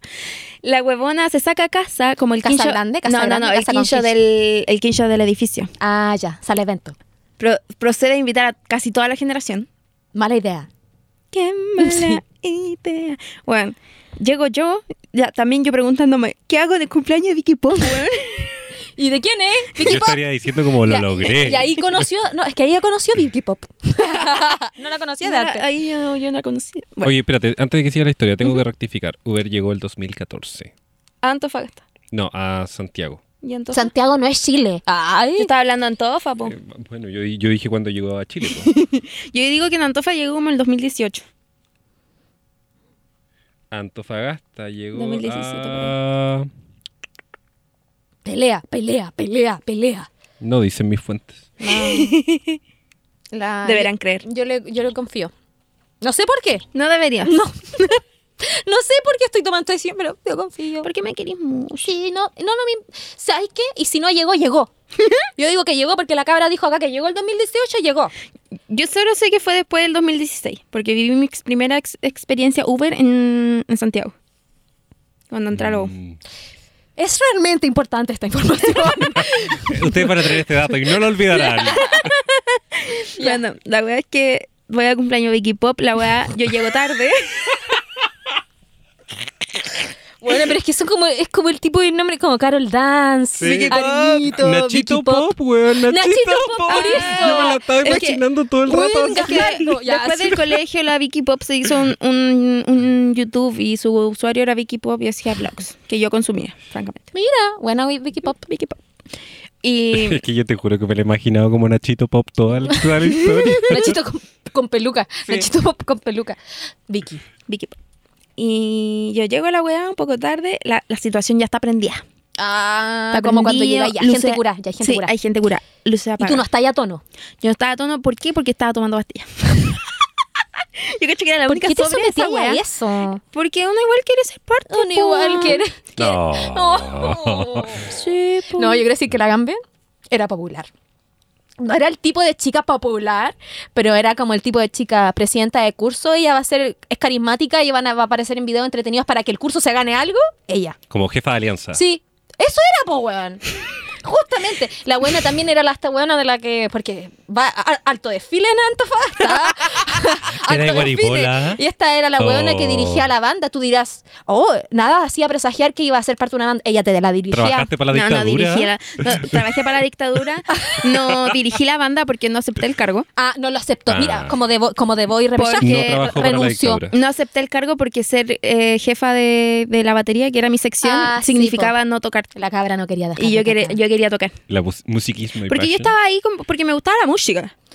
Speaker 2: La huevona se saca casa como el
Speaker 1: Casa
Speaker 2: quincho.
Speaker 1: grande, casa
Speaker 2: no,
Speaker 1: grande,
Speaker 2: no, no, el
Speaker 1: casa con
Speaker 2: quincho
Speaker 1: quincho.
Speaker 2: del, el quincho del edificio.
Speaker 1: Ah, ya, sale evento.
Speaker 2: Pro- procede a invitar a casi toda la generación.
Speaker 1: Mala idea.
Speaker 2: Qué mala idea. Bueno, llego yo, ya, también yo preguntándome, ¿qué hago de cumpleaños de Vicky Pop, weón?
Speaker 1: ¿Y de quién es?
Speaker 3: Yo estaría diciendo como lo
Speaker 1: Ya,
Speaker 3: logré.
Speaker 1: Y ahí conoció, no, es que ahí conoció Vicky Pop. no la conocía de antes.
Speaker 2: Ahí yo, yo no la conocía. Bueno,
Speaker 3: Oye, espérate, antes de que siga la historia, tengo que rectificar. Uber llegó el 2014.
Speaker 2: Antofagasta.
Speaker 3: No, a Santiago.
Speaker 2: Y entonces,
Speaker 1: Santiago no es Chile. Ay.
Speaker 2: yo estaba hablando de Antofa, po.
Speaker 3: Eh, bueno, yo, yo dije cuando llegó a Chile. pues. po.
Speaker 2: Yo digo que en Antofa llegó como el 2018.
Speaker 3: Antofagasta llegó
Speaker 2: 2017,
Speaker 3: a...
Speaker 1: Pelea, pelea, pelea, pelea.
Speaker 3: No dicen mis fuentes.
Speaker 1: La-
Speaker 2: Deberán creer.
Speaker 1: Yo le, yo le confío. No sé por qué.
Speaker 2: No debería.
Speaker 1: No. no sé por qué estoy tomando decisión, pero yo confío.
Speaker 2: Porque me querís mucho.
Speaker 1: Sí, no, no, no me... ¿Sabes qué? Y si no llegó, llegó. Yo digo que llegó porque la cabra dijo acá que llegó el 2018, llegó.
Speaker 2: Yo solo sé que fue después del 2016, porque viví mi ex- primera ex- experiencia Uber en, en Santiago. Cuando entré a la U.
Speaker 3: Mm.
Speaker 1: Es realmente importante esta información.
Speaker 3: Ustedes van a tener este dato y no lo olvidarán.
Speaker 2: Bueno, la weá es que voy a cumpleaños Vicky Pop, la weá, yo llego tarde.
Speaker 1: bueno, pero es que son como, es como el tipo de nombre, como Carol Dance,
Speaker 3: Sí. Vicky Pop,
Speaker 1: Arenito,
Speaker 3: Nachito
Speaker 1: Vicky Pop.
Speaker 3: Pop, weón. Nachito,
Speaker 1: Nachito
Speaker 3: Pop.
Speaker 1: Pop, por eso.
Speaker 3: Yo me la estaba
Speaker 2: Es que-
Speaker 3: imaginando todo el
Speaker 1: Weón,
Speaker 3: rato. así.
Speaker 1: ya- Claro, ya,
Speaker 2: después
Speaker 1: sí.
Speaker 2: del colegio, la Vicky Pop se hizo un, un- un YouTube y su usuario era Vicky Pop y hacía vlogs, que yo consumía, francamente.
Speaker 1: Mira, bueno, Vicky Pop.
Speaker 2: Vicky Pop. Y
Speaker 3: Es que yo te juro que me lo he imaginado como Nachito Pop toda la, toda la historia.
Speaker 1: Nachito con, con peluca. Nachito Pop con peluca. Vicky.
Speaker 2: Vicky Pop. Y yo llego a la weá un poco tarde, la, la situación ya está prendida.
Speaker 1: Ah,
Speaker 2: Está
Speaker 1: como cuando
Speaker 2: prendido,
Speaker 1: llega ya
Speaker 2: luces-
Speaker 1: gente cura, ya hay gente
Speaker 2: sí,
Speaker 1: cura.
Speaker 2: hay gente cura.
Speaker 1: Y
Speaker 2: Luces
Speaker 1: tú no
Speaker 2: apagadas.
Speaker 1: estás ahí a tono.
Speaker 2: Yo no estaba a tono, ¿por qué? Porque estaba tomando pastillas. Yo caché que era la
Speaker 1: ¿Por
Speaker 2: única
Speaker 1: qué te
Speaker 2: sobre esa
Speaker 1: sometías a
Speaker 2: weá.
Speaker 1: eso?
Speaker 2: Porque uno igual quiere ser parte.
Speaker 1: Uno
Speaker 2: po.
Speaker 1: igual quiere.
Speaker 3: No.
Speaker 1: Oh.
Speaker 2: Sí, po.
Speaker 1: No, yo quiero decir que la Gambe era popular. No era el tipo de chica popular, pero era como el tipo de chica presidenta de curso. Ella va a ser, es carismática y van a, va a aparecer en videos entretenidos para que el curso se gane algo. Ella.
Speaker 3: Ah. Como jefa de alianza.
Speaker 1: Sí. Eso era, po, weón. Justo Exactamente. La buena también era la esta buena de la que. Porque va a- a- alto desfile en Antofagasta.
Speaker 4: Era
Speaker 1: alto
Speaker 4: guaripola.
Speaker 1: Y esta era la buena que dirigía la banda. Tú dirás, oh, nada hacía presagiar que iba a ser parte de una banda. Ella te la dirigía.
Speaker 3: ¿Trabajaste para la
Speaker 2: No, no
Speaker 3: dictadura?
Speaker 2: dirigí la, no, trabajé para la dictadura, no dirigí la banda porque no acepté el cargo.
Speaker 1: Ah, no lo aceptó. Mira,
Speaker 3: Ah.
Speaker 1: como de, Bo- como de Boy
Speaker 2: Porque-
Speaker 1: Repechaje.
Speaker 3: no trabajó para la
Speaker 1: renunció.
Speaker 3: dictadura.
Speaker 2: No acepté el cargo porque ser eh, jefa de, de la batería, que era mi sección,
Speaker 1: Ah, sí,
Speaker 2: significaba no tocar.
Speaker 1: La cabra no quería dejar.
Speaker 2: Y yo,
Speaker 1: de
Speaker 2: quería-
Speaker 1: tocar.
Speaker 2: yo quería tocar.
Speaker 3: La mus- musiquismo y
Speaker 2: Porque yo
Speaker 3: passion.
Speaker 2: estaba ahí como- porque me gustaba la música.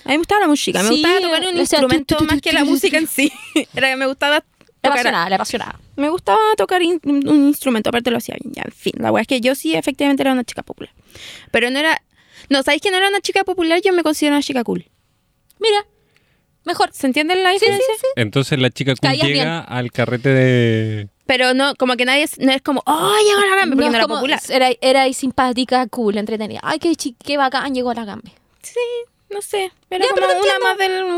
Speaker 2: A mí me gustaba la música. Me
Speaker 1: Sí,
Speaker 2: gustaba tocar
Speaker 1: o
Speaker 2: un
Speaker 1: sea, tu,
Speaker 2: instrumento
Speaker 1: tu, tu,
Speaker 2: más que la
Speaker 1: tu, tu,
Speaker 2: música en sí. Era, me gustaba
Speaker 1: Le
Speaker 2: tocar
Speaker 1: apasionaba, le apasionaba.
Speaker 2: me gustaba tocar in- un instrumento, aparte lo hacía bien, ya, en fin, la weá es que yo sí efectivamente era una chica popular. Pero no era, no, ¿sabéis que no era una chica popular? Yo me considero una chica cool.
Speaker 1: Mira, mejor.
Speaker 2: ¿Se entiende la
Speaker 1: Sí, sí,
Speaker 2: diferencia?
Speaker 1: sí.
Speaker 3: Entonces la chica cool
Speaker 1: Caías
Speaker 3: llega
Speaker 1: bien.
Speaker 3: al carrete de...
Speaker 2: Pero no, como que nadie, es- no es como, ¡oh, llegó la Gambe! Porque no,
Speaker 1: es
Speaker 2: era
Speaker 1: como-
Speaker 2: popular.
Speaker 1: Era, era ahí simpática, cool, entretenida. Ay, qué, chi- qué bacán, llegó la gambe.
Speaker 2: No sé, era
Speaker 1: Ya,
Speaker 2: como
Speaker 1: pero
Speaker 2: una
Speaker 1: te entiendo.
Speaker 2: más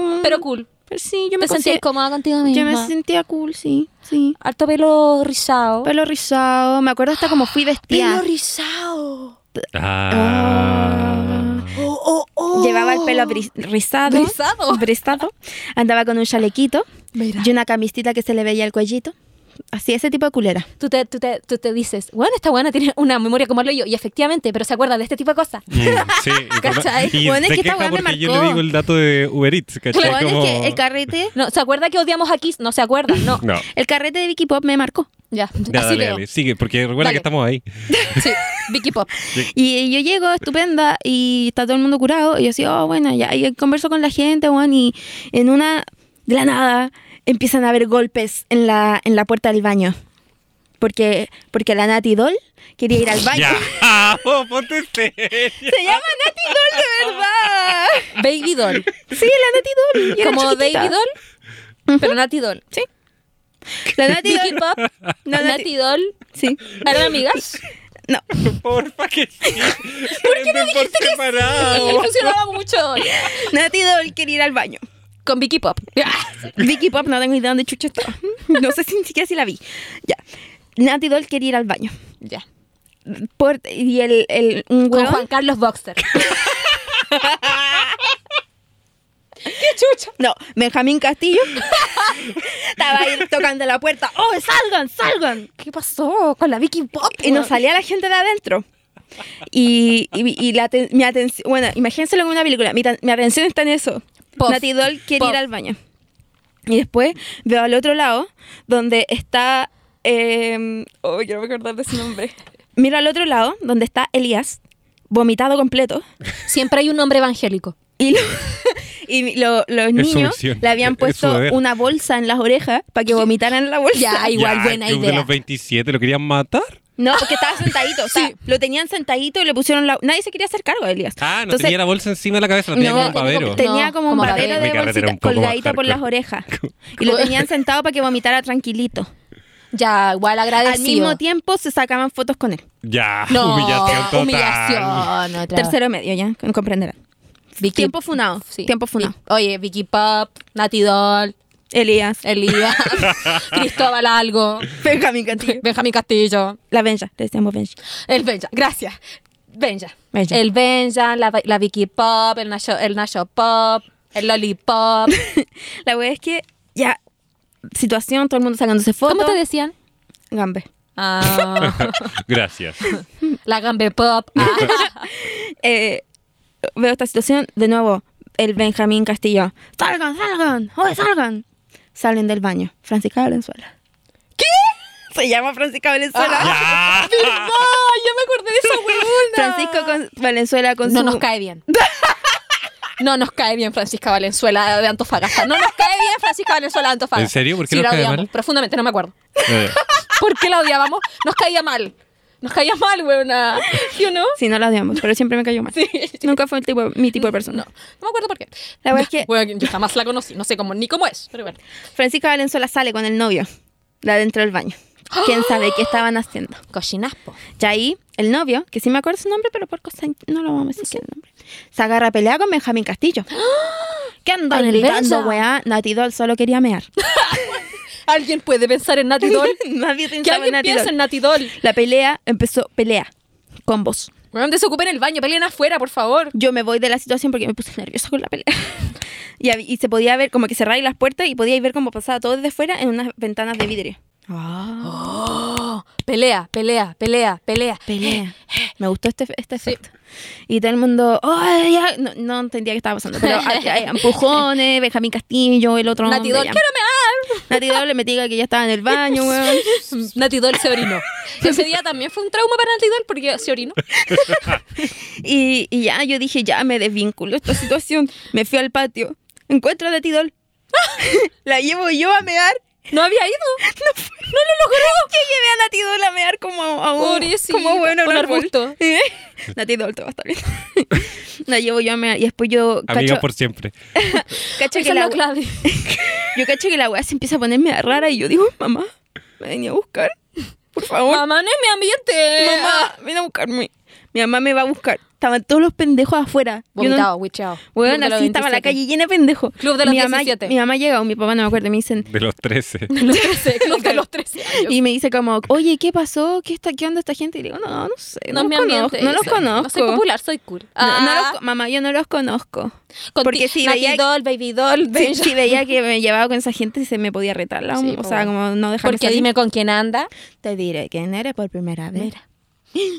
Speaker 2: del... mm,
Speaker 1: Pero cool.
Speaker 2: pero sí, yo me
Speaker 1: Te sentías
Speaker 2: sentía
Speaker 1: cómoda contigo
Speaker 2: Yo me
Speaker 1: misma.
Speaker 2: sentía cool, sí, sí.
Speaker 1: Harto pelo rizado.
Speaker 2: Pelo rizado, me acuerdo hasta como fui vestida.
Speaker 1: Pelo rizado.
Speaker 3: Ah.
Speaker 1: Oh, oh, oh.
Speaker 2: Llevaba el pelo bri- rizado.
Speaker 1: rizado.
Speaker 2: Brizado. Andaba con un chalequito.
Speaker 1: Mira.
Speaker 2: Y una camisita que se le veía el cuellito. Así, ese tipo de culera.
Speaker 1: Tú te, tú, te, tú te dices, bueno, esta buena tiene una memoria como lo yo. Y efectivamente, pero se acuerda de este tipo de cosas.
Speaker 3: Mm, sí, y
Speaker 1: ¿Cachai?
Speaker 3: por- y
Speaker 2: Bueno, es
Speaker 3: se
Speaker 2: que esta
Speaker 3: queja
Speaker 2: weá me
Speaker 3: porque yo
Speaker 2: marcó.
Speaker 3: le digo el dato de Uber Eats, ¿cachai?
Speaker 2: Lo bueno
Speaker 3: Como-
Speaker 2: es que el carrete,
Speaker 1: No, ¿se acuerda que odiamos a Kiss? No se acuerda, no.
Speaker 3: No,
Speaker 2: el carrete de Vicky Pop me marcó.
Speaker 1: Ya,
Speaker 3: ya,
Speaker 1: así
Speaker 3: dale,
Speaker 1: veo.
Speaker 3: dale, sigue, porque recuerda
Speaker 1: Dale.
Speaker 3: que estamos ahí.
Speaker 1: Sí, Vicky Pop.
Speaker 2: Y yo llego estupenda y está todo el mundo curado. Y yo así, oh, bueno, ya. Y converso con la gente, weón. Y en una, de la nada, empiezan a haber golpes en la, en la puerta del baño. Porque, porque la Nati Doll quería ir al baño.
Speaker 3: Ya, Ah, oh, ponte serio.
Speaker 2: Se llama Nati Doll de verdad.
Speaker 1: Baby Doll.
Speaker 2: Sí, la Nati Doll. y era
Speaker 1: Como
Speaker 2: chiquitita.
Speaker 1: Baby Doll, pero Nati Doll.
Speaker 2: Sí. La Nati
Speaker 1: Vicky
Speaker 2: Doll.
Speaker 1: Pop,
Speaker 2: No, Nati-
Speaker 1: Nati Doll.
Speaker 2: Sí.
Speaker 1: ¿Eran amigas?
Speaker 2: No.
Speaker 3: Porfa que sí. ¿Por qué no por
Speaker 1: Él
Speaker 3: separado?
Speaker 1: funcionaba mucho
Speaker 2: Nati Doll quería ir al baño.
Speaker 1: con Vicky Pop.
Speaker 2: Vicky Pop, no tengo idea dónde chucha estaba. No sé si ni siquiera si la vi. Ya. Nati Doll quería ir al baño.
Speaker 1: Ya.
Speaker 2: Por- y el, el, un
Speaker 1: Con
Speaker 2: weón,
Speaker 1: Juan Carlos Boxer.
Speaker 2: No, Benjamín Castillo. estaba ahí tocando la puerta. ¡Oh, salgan, salgan!
Speaker 1: ¿Qué pasó con la Vicky Pop?
Speaker 2: Y nos salía la gente de adentro. Y, y- y la aten- mi atención. Bueno, imagínenselo en una película. Mi, tan- mi atención está en eso.
Speaker 1: Puff,
Speaker 2: Nati Doll quiere
Speaker 1: puff.
Speaker 2: ir al baño. Y después veo al otro lado, donde está. Eh, oh, quiero recordar de su nombre. Miro al otro lado, donde está Elías, vomitado completo.
Speaker 1: Siempre hay un hombre evangélico.
Speaker 2: Y, lo- y lo- los niños
Speaker 3: versión,
Speaker 2: le habían
Speaker 3: es su
Speaker 2: puesto
Speaker 3: deber.
Speaker 2: una bolsa en las orejas para que vomitaran en la bolsa.
Speaker 1: Ya, igual
Speaker 3: Ya,
Speaker 1: buena
Speaker 3: el club de
Speaker 1: idea.
Speaker 3: los 27 lo querían matar?
Speaker 2: No, porque estaba sentadito. O sea,
Speaker 1: Sí.
Speaker 2: lo tenían sentadito y le pusieron la. Nadie se quería hacer cargo de Elías.
Speaker 3: Ah, no
Speaker 2: Entonces,
Speaker 3: tenía la bolsa encima de la cabeza, la tenía
Speaker 2: no,
Speaker 3: como un pavero.
Speaker 1: te-
Speaker 2: Tenía
Speaker 1: No,
Speaker 2: como un
Speaker 1: como
Speaker 2: babero
Speaker 1: babero.
Speaker 2: de
Speaker 3: Mi carrera era
Speaker 2: bolsita
Speaker 3: un poco más
Speaker 2: colgadita por las
Speaker 3: hardcore.
Speaker 2: orejas. Y lo tenían sentado para que vomitara tranquilito.
Speaker 1: Ya, igual agradecido.
Speaker 2: Al mismo tiempo se sacaban fotos con él.
Speaker 3: Ya,
Speaker 1: No,
Speaker 3: humillación total.
Speaker 1: humillación, otra vez.
Speaker 2: Tercero medio, ya, con- comprenderán.
Speaker 1: Vicky-
Speaker 2: Tiempo funado.
Speaker 1: Sí.
Speaker 2: Tiempo funado.
Speaker 1: Vi- Oye, Vicky Pop, Nati Doll,
Speaker 2: Elías.
Speaker 1: Elías, Cristóbal Algo,
Speaker 2: Benjamín Cantillo.
Speaker 1: Benjamín Castillo,
Speaker 2: La Benja, le decíamos Benja.
Speaker 1: el Benja. Gracias. Benja.
Speaker 2: Benja.
Speaker 1: El Benja, la, la Vicky Pop, el Nacho, el Nacho Pop, el Lollipop.
Speaker 2: La wea es que ya, situación, todo el mundo sacándose fotos.
Speaker 1: ¿Cómo te decían?
Speaker 2: Gambe.
Speaker 1: Ah,
Speaker 3: Gracias.
Speaker 1: la Gambe Pop. Ah,
Speaker 2: Eh, veo esta situación, de nuevo, el Benjamín Castillo. ¡Salgan, salgan! ¡Oye, salgan! Salen del baño. Francisca Valenzuela. ¿Qué? Se llama Francisca
Speaker 3: Ah,
Speaker 2: Valenzuela.
Speaker 3: ya.
Speaker 1: yo me acordé de esa huevona.
Speaker 2: Francisco con- Valenzuela con
Speaker 1: no
Speaker 2: su...
Speaker 1: nos cae bien. No nos cae bien Francisca Valenzuela de Antofagasta. No nos cae bien Francisca Valenzuela de Antofagasta.
Speaker 3: ¿En serio? ¿Por qué
Speaker 1: sí,
Speaker 3: nos
Speaker 1: la
Speaker 3: cae
Speaker 1: odiamos,
Speaker 3: mal?
Speaker 1: Profundamente, no me acuerdo.
Speaker 3: Eh,
Speaker 1: ¿Por qué la odiábamos? Nos caía mal. Nos caía mal, weona. ¿Yo no?
Speaker 2: Sí, no la odiamos, pero siempre me cayó mal. Nunca fue el tipo, mi tipo de persona.
Speaker 1: No, no me acuerdo por qué.
Speaker 2: La verdad es que-
Speaker 1: Weona, yo jamás la conocí. No sé cómo ni cómo es, pero bueno.
Speaker 2: Francisca Valenzuela sale con el novio de adentro del baño. ¿Quién sabe qué estaban haciendo?
Speaker 1: Cochinaspo.
Speaker 2: Y ahí, el novio, que sí me acuerdo su nombre, pero por cosa no lo vamos a decir que el nombre, se agarra a pelear con Benjamín Castillo. ¿Qué andan
Speaker 1: Con el
Speaker 2: gritando,
Speaker 1: Benja.
Speaker 2: weá? Nati Doll solo quería mear.
Speaker 1: ¿Alguien puede pensar en Natidol?
Speaker 2: Nadie
Speaker 1: que
Speaker 2: pensaba en
Speaker 1: alguien
Speaker 2: Nati
Speaker 1: piense
Speaker 2: Doll.
Speaker 1: en Natidol.
Speaker 2: La pelea empezó, pelea. Combos.
Speaker 1: Weón, desocupen el baño, peleen afuera, por favor.
Speaker 2: Yo me voy de la situación porque me puse nerviosa con la pelea. y, hab- y se podía ver, como que cerráis las puertas y podíais ver cómo pasaba todo desde fuera en unas ventanas de vidrio.
Speaker 1: Ah. Oh, pelea, pelea, pelea, pelea.
Speaker 2: Pelea. Eh, Me gustó este, este efecto. Y todo el mundo, "Ay, ya". No, no entendía qué estaba pasando. Pero hay, hay empujones, Benjamín Castillo, el otro. hombre,
Speaker 1: Natidol,
Speaker 2: ya.
Speaker 1: quiero
Speaker 2: Natidol le metía que ya estaba en el baño, weón.
Speaker 1: mear. Natidol se orinó. Ese día también fue un trauma para Natidol porque se orinó.
Speaker 2: Y, y ya yo dije, ya me desvinculo de esta situación. Me fui al patio. Encuentro a Natidol. la llevo yo a mear.
Speaker 1: No había ido.
Speaker 2: Que llevé a Natidol a mear como a un,
Speaker 1: Pobrecita,
Speaker 2: como bueno,
Speaker 1: un arbusto.
Speaker 2: Natidol, todo va a estar bien. la llevo yo a mear. Y después yo
Speaker 3: Amiga
Speaker 2: cacho,
Speaker 3: por siempre.
Speaker 2: cacho
Speaker 1: Esa
Speaker 2: que
Speaker 1: es
Speaker 2: la,
Speaker 1: la clave.
Speaker 2: yo cacho que la weá se empieza a ponerme rara. Y yo digo, mamá, me venía a buscar. Por favor.
Speaker 1: Mamá, no es mi ambiente.
Speaker 2: Mamá, ven a buscarme. Mi mamá me va a buscar. Estaban todos los pendejos afuera. Yo no-
Speaker 1: Vomitado, wichao.
Speaker 2: Bueno, así estaba la calle llena de pendejos.
Speaker 1: Club de los
Speaker 2: mi mamá,
Speaker 1: 17.
Speaker 2: Mi mamá llega, o mi papá no me acuerdo, y me dicen...
Speaker 3: De los 13.
Speaker 1: Los 13, club de los 13 años.
Speaker 2: Y me dice como, oye, ¿qué pasó? ¿Qué, está, ¿Qué onda esta gente? Y le digo, no, no sé,
Speaker 1: no
Speaker 2: no,
Speaker 1: es mi
Speaker 2: los, conozco,
Speaker 1: ambiente.
Speaker 2: no los
Speaker 1: dice.
Speaker 2: conozco.
Speaker 1: No soy popular, soy cool.
Speaker 2: No, no
Speaker 1: Ah,
Speaker 2: los co- mamá, yo no los conozco.
Speaker 1: con
Speaker 2: porque
Speaker 1: ti-
Speaker 2: si
Speaker 1: Nati
Speaker 2: veía-
Speaker 1: Doll, Baby Doll,
Speaker 2: Si,
Speaker 1: Benja-
Speaker 2: si veía que me llevaba con esa gente, se me podía retar. la-
Speaker 1: Sí,
Speaker 2: o
Speaker 1: po.
Speaker 2: sea, como no dejarme
Speaker 1: Porque
Speaker 2: salir.
Speaker 1: dime con quién anda.
Speaker 2: Te diré quién eres por primera vez.
Speaker 1: Mira.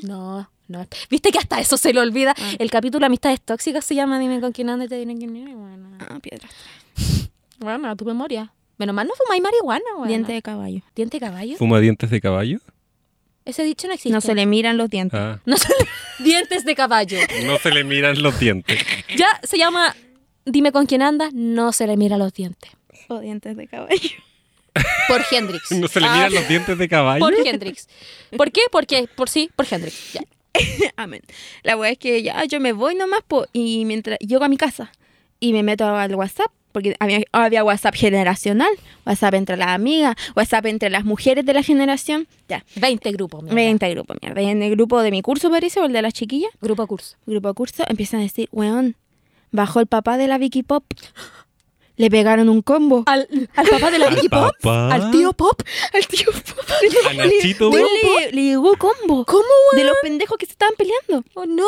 Speaker 1: No, no. Viste que hasta eso se le olvida.
Speaker 2: Ah.
Speaker 1: El capítulo Amistades Tóxicas se llama Dime con quién anda y te diré quién eres, bueno.
Speaker 2: Ah, piedra.
Speaker 1: Bueno, a tu memoria. Menos mal no fumáis marihuana, weón.
Speaker 2: Diente de caballo.
Speaker 1: Diente de caballo.
Speaker 3: ¿Fuma dientes de caballo?
Speaker 1: Ese dicho no existe.
Speaker 2: No se le miran los dientes.
Speaker 3: Ah.
Speaker 1: No se le- Dientes de caballo.
Speaker 3: No se le miran los dientes.
Speaker 1: Ya se llama Dime con quién anda, no se le mira los dientes.
Speaker 2: O dientes de caballo.
Speaker 1: Por Hendrix.
Speaker 3: No se le
Speaker 1: Ah,
Speaker 3: miran los dientes de caballo.
Speaker 1: Por Hendrix. ¿Por qué? Porque por sí, por Hendrix. Ya.
Speaker 2: Amén. La weá es que ya yo me voy nomás po, y mientras llego a mi casa y me meto al WhatsApp, porque había, había WhatsApp generacional, WhatsApp entre las amigas, WhatsApp entre las mujeres de la generación. Ya,
Speaker 1: 20 grupos. mierda.
Speaker 2: me entra el grupo, mierda. Y En el grupo de mi curso parece, o el de las chiquillas,
Speaker 1: Grupo curso.
Speaker 2: grupo curso, empiezan a decir, weón, bajó el papá de la Vicky Pop. Le pegaron un combo.
Speaker 1: Al, al papá de la
Speaker 3: ¿Al
Speaker 1: Vicky Pop.
Speaker 3: papá?
Speaker 1: Al tío Pop.
Speaker 2: Al tío Pop.
Speaker 3: A Nachito,
Speaker 2: le,
Speaker 3: weón.
Speaker 2: le- le llegó combo.
Speaker 1: ¿Cómo,
Speaker 2: De los pendejos que se estaban peleando.
Speaker 1: Oh, no.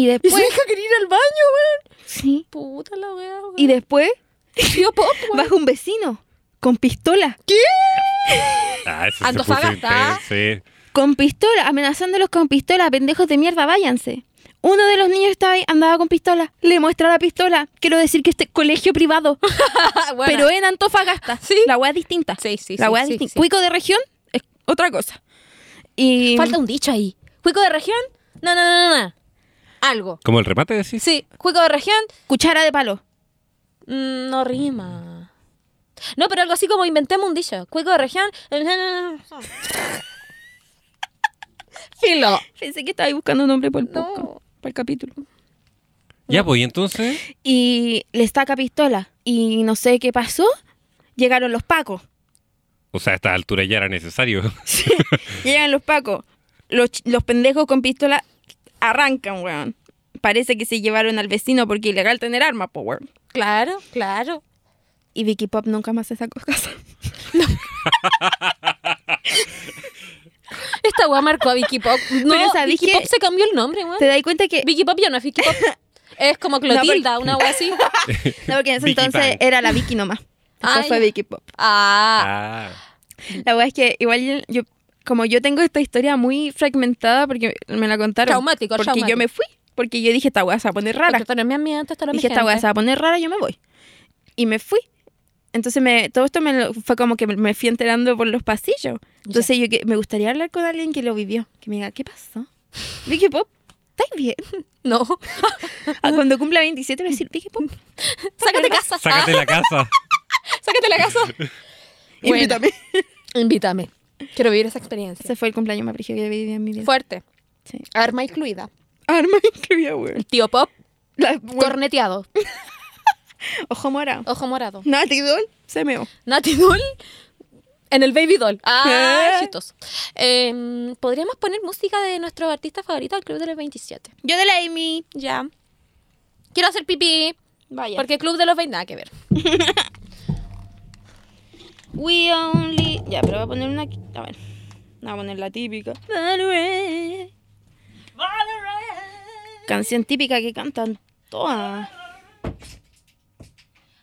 Speaker 1: Y su
Speaker 2: después...
Speaker 1: hija quería ir al baño, weón.
Speaker 2: Sí.
Speaker 1: Puta la weá, weón.
Speaker 2: Y después...
Speaker 1: tío Pop, weón.
Speaker 2: bajo un vecino con pistola,
Speaker 3: Ah, eso se puso
Speaker 1: Antofagasta.
Speaker 3: intenso, sí.
Speaker 2: con pistola, amenazándolos con pistola, pendejos de mierda, váyanse. Uno de los niños estaba ahí, andaba con pistola, le muestra la pistola. Quiero decir que este colegio privado,
Speaker 1: Bueno.
Speaker 2: pero en Antofagasta.
Speaker 1: Sí.
Speaker 2: La weá es distinta.
Speaker 1: Sí, sí,
Speaker 2: La
Speaker 1: sí,
Speaker 2: weá es
Speaker 1: sí,
Speaker 2: distinta.
Speaker 1: sí.
Speaker 2: Cuico de región es otra cosa. Y
Speaker 1: Falta un dicho ahí. ¿Cuico de región? No, no, no, no, no. Algo.
Speaker 3: Como el remate decís.
Speaker 1: Sí, cuico de región
Speaker 2: cuchara de palo.
Speaker 1: mm, no rima. No, pero algo así como inventemos un dicho. Cuico de región. Filo.
Speaker 2: Pensé que estaba ahí buscando un nombre por el
Speaker 1: No.
Speaker 2: podcast, para el capítulo.
Speaker 3: Ya, pues, y entonces.
Speaker 2: Y le saca pistola. Y no sé qué pasó. Llegaron los pacos.
Speaker 3: O sea, a esta altura ya era necesario.
Speaker 2: Llegan los pacos. Los, ch- los pendejos con pistola arrancan, weón. Parece que se llevaron al vecino porque ilegal tener armas, po, weón.
Speaker 1: Claro, claro.
Speaker 2: Y Vicky Pop nunca más se sacó de casa.
Speaker 1: Esta weá marcó a Vicky Pop. No,
Speaker 2: Pero ¿sabéis
Speaker 1: Vicky
Speaker 2: qué?
Speaker 1: Pop se cambió el nombre, weón.
Speaker 2: ¿Te das cuenta que.?
Speaker 1: Vicky Pop ya no es Vicky Pop. Es como Clotilda, una weá así.
Speaker 2: No, porque en ese
Speaker 3: Vicky
Speaker 2: entonces
Speaker 3: Punk.
Speaker 2: era la Vicky nomás. Después
Speaker 1: Ay.
Speaker 2: fue Vicky Pop.
Speaker 1: Ah,
Speaker 3: Ah.
Speaker 2: La weá es que igual yo. Como yo tengo esta historia muy fragmentada porque me la contaron.
Speaker 1: Traumático,
Speaker 2: Porque
Speaker 1: traumático.
Speaker 2: yo me fui. Porque yo dije, esta weá se va a poner rara.
Speaker 1: porque esto no es mi ambiente, esto no es mi
Speaker 2: dije, esta weá
Speaker 1: gente.
Speaker 2: se va a poner rara, yo me voy. Y me fui. Entonces me, todo esto me lo- fue como que me fui enterando por los pasillos. Entonces yo que, me gustaría hablar con alguien que lo vivió. Que me diga, ¿qué pasó? Vicky Pop, ¿estás bien?
Speaker 1: No.
Speaker 2: Ah, Cuando cumpla 27 voy a decir, Vicky Pop,
Speaker 1: Sácate casa.
Speaker 3: Sácate la casa.
Speaker 1: Ah, sácate la casa. Bueno.
Speaker 2: invítame.
Speaker 1: Invítame. Quiero vivir esa experiencia.
Speaker 2: Ese fue el cumpleaños más brígido que viví en mi vida.
Speaker 1: Fuerte.
Speaker 2: Sí.
Speaker 1: Arma incluida.
Speaker 2: Arma incluida, weón.
Speaker 1: El tío Pop.
Speaker 2: La- weón,
Speaker 1: Corneteado.
Speaker 2: Ojo morado.
Speaker 1: Ojo morado.
Speaker 2: Nati Doll, se meó.
Speaker 1: Nati Doll. En el Baby Doll. Ah,
Speaker 2: ¿Eh?
Speaker 1: chistoso. Em, Podríamos poner música de nuestro artista favorito del Club de los 27.
Speaker 2: Yo de la Amy.
Speaker 1: Ya. Quiero hacer pipí.
Speaker 2: Vaya.
Speaker 1: Porque el Club de los 20 nada que ver.
Speaker 2: We only. Ya, pero voy a poner una. aquí. A ver. No, voy a poner la típica. Canción típica que cantan todas.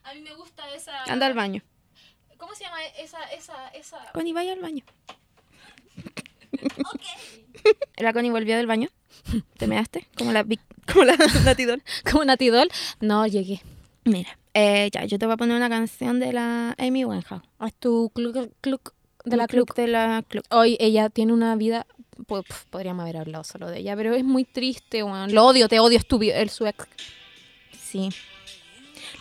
Speaker 1: A mí me gusta esa.
Speaker 2: Anda al baño.
Speaker 1: ¿Cómo se llama esa, esa, esa?
Speaker 2: Connie, vaya al baño.
Speaker 1: Ok.
Speaker 2: La Connie volvió del baño. ¿Te measte? Como la, Vic- como la Natidol.
Speaker 1: Como Natidol. No, llegué.
Speaker 2: Mira, eh, ya, yo te voy a poner una canción de la Amy Winehouse.
Speaker 1: Haz Ah, tu cluc, cluc de la
Speaker 2: Un club
Speaker 1: cluc.
Speaker 2: De la club.
Speaker 1: Hoy ella tiene una vida. po- pf, Podríamos haber hablado solo de ella, pero es muy triste, weón. Lo odio, te odio, estúpido. El su ex.
Speaker 2: Sí.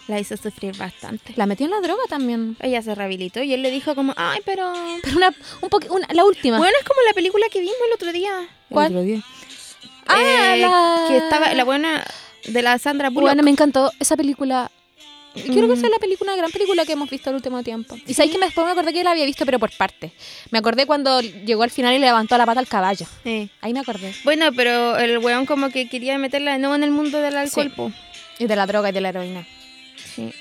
Speaker 2: La hizo sufrir bastante.
Speaker 1: La metió en la droga también.
Speaker 2: Ella se rehabilitó y él le dijo como, ay, pero...
Speaker 1: Pero una, un poqu- una- la última.
Speaker 2: Bueno, es como la película que vimos el otro día.
Speaker 1: ¿Cuál?
Speaker 2: El otro día.
Speaker 1: Ah,
Speaker 2: Eh,
Speaker 1: la-
Speaker 2: Que estaba la buena de la Sandra Bullock.
Speaker 1: Bueno, me encantó esa película. Creo que
Speaker 2: Mm.
Speaker 1: esa es la película, gran película que hemos visto el último tiempo. Y sabéis que me- después me acordé que la había visto, pero por partes. Me acordé cuando llegó al final y le levantó la pata al caballo.
Speaker 2: Eh.
Speaker 1: Ahí me acordé.
Speaker 2: Bueno, pero el weón como que quería meterla de nuevo en el mundo del alcohol.
Speaker 1: Sí.
Speaker 2: po.
Speaker 1: Y de la droga y de la heroína.
Speaker 2: Sí.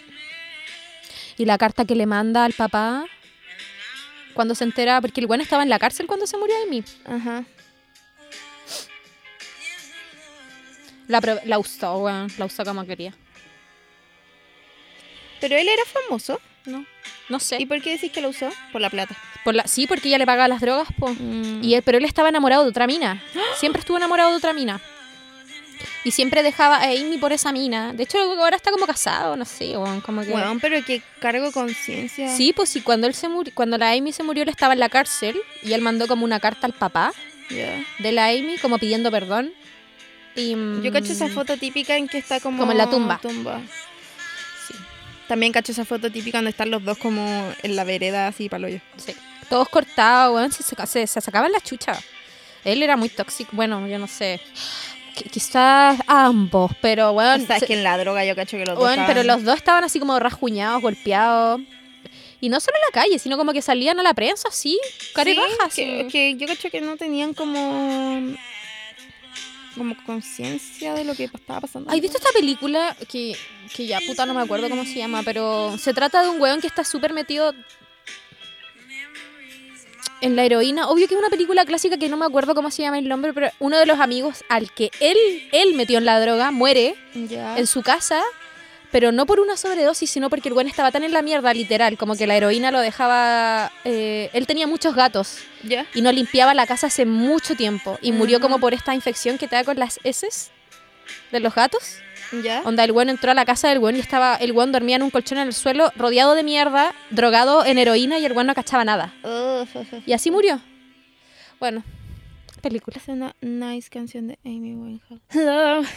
Speaker 1: Y la carta que le manda al papá cuando se entera, porque el bueno estaba en la cárcel cuando se murió de mí.
Speaker 2: Ajá.
Speaker 1: La, pro- la usó, weón. La usó como quería.
Speaker 2: Pero él era famoso.
Speaker 1: No. No
Speaker 2: ¿Y
Speaker 1: sé.
Speaker 2: por qué decís que lo usó? Por la plata.
Speaker 1: Por la, sí, porque ella le pagaba las drogas, po.
Speaker 2: Y
Speaker 1: Mm. Y él, pero él estaba enamorado de otra mina. Siempre estuvo enamorado de otra mina. Y siempre dejaba a Amy por esa mina. De hecho, ahora está como casado, no sé, weón, como que...
Speaker 2: weón, pero que cargo de conciencia.
Speaker 1: Sí, pues sí, cuando él se murió, cuando la Amy se murió, él estaba en la cárcel y él mandó como una carta al papá
Speaker 2: Ya.
Speaker 1: de la Amy, como pidiendo perdón. Y, mm,
Speaker 2: Yo cacho esa foto típica en que está como...
Speaker 1: Como en la tumba.
Speaker 2: Sí. También cacho esa foto típica donde están los dos como en la vereda así para hoyo.
Speaker 1: sí. Todos cortados, weón, se, saca- se- se sacaban la chucha. Él era muy tóxico, bueno, yo no sé. Qui- Quizás ambos, pero
Speaker 2: O
Speaker 1: bueno,
Speaker 2: sea, es que en la droga yo cacho que los dos
Speaker 1: Bueno, pero
Speaker 2: estaban-
Speaker 1: los dos estaban así como rasguñados, golpeados. Y no solo en la calle, sino como que salían a la prensa así, cara y mm.
Speaker 2: Sí,
Speaker 1: raja,
Speaker 2: que,
Speaker 1: así.
Speaker 2: que yo cacho que no tenían como... Como conciencia de lo que estaba pasando.
Speaker 1: ¿Has visto esta película que, que ya puta no me acuerdo cómo se llama, pero se trata de un weón que está súper metido en la heroína? Obvio que es una película clásica que no me acuerdo cómo se llama el nombre, pero uno de los amigos al que él, él metió en la droga muere.
Speaker 2: Ya.
Speaker 1: en su casa, pero no por una sobredosis, sino porque el buen estaba tan en la mierda, literal, como que la heroína lo dejaba... eh, él tenía muchos gatos
Speaker 2: Ya.
Speaker 1: y no limpiaba la casa hace mucho tiempo y murió
Speaker 2: Ujú.
Speaker 1: como por esta infección que te da con las heces de los gatos.
Speaker 2: Ya.
Speaker 1: Onda, el buen entró a la casa del buen y estaba... El buen dormía en un colchón en el suelo, rodeado de mierda, drogado en heroína y el buen no cachaba nada. Y así murió. Bueno, película.
Speaker 2: Es una nice canción de Amy Winehouse. Love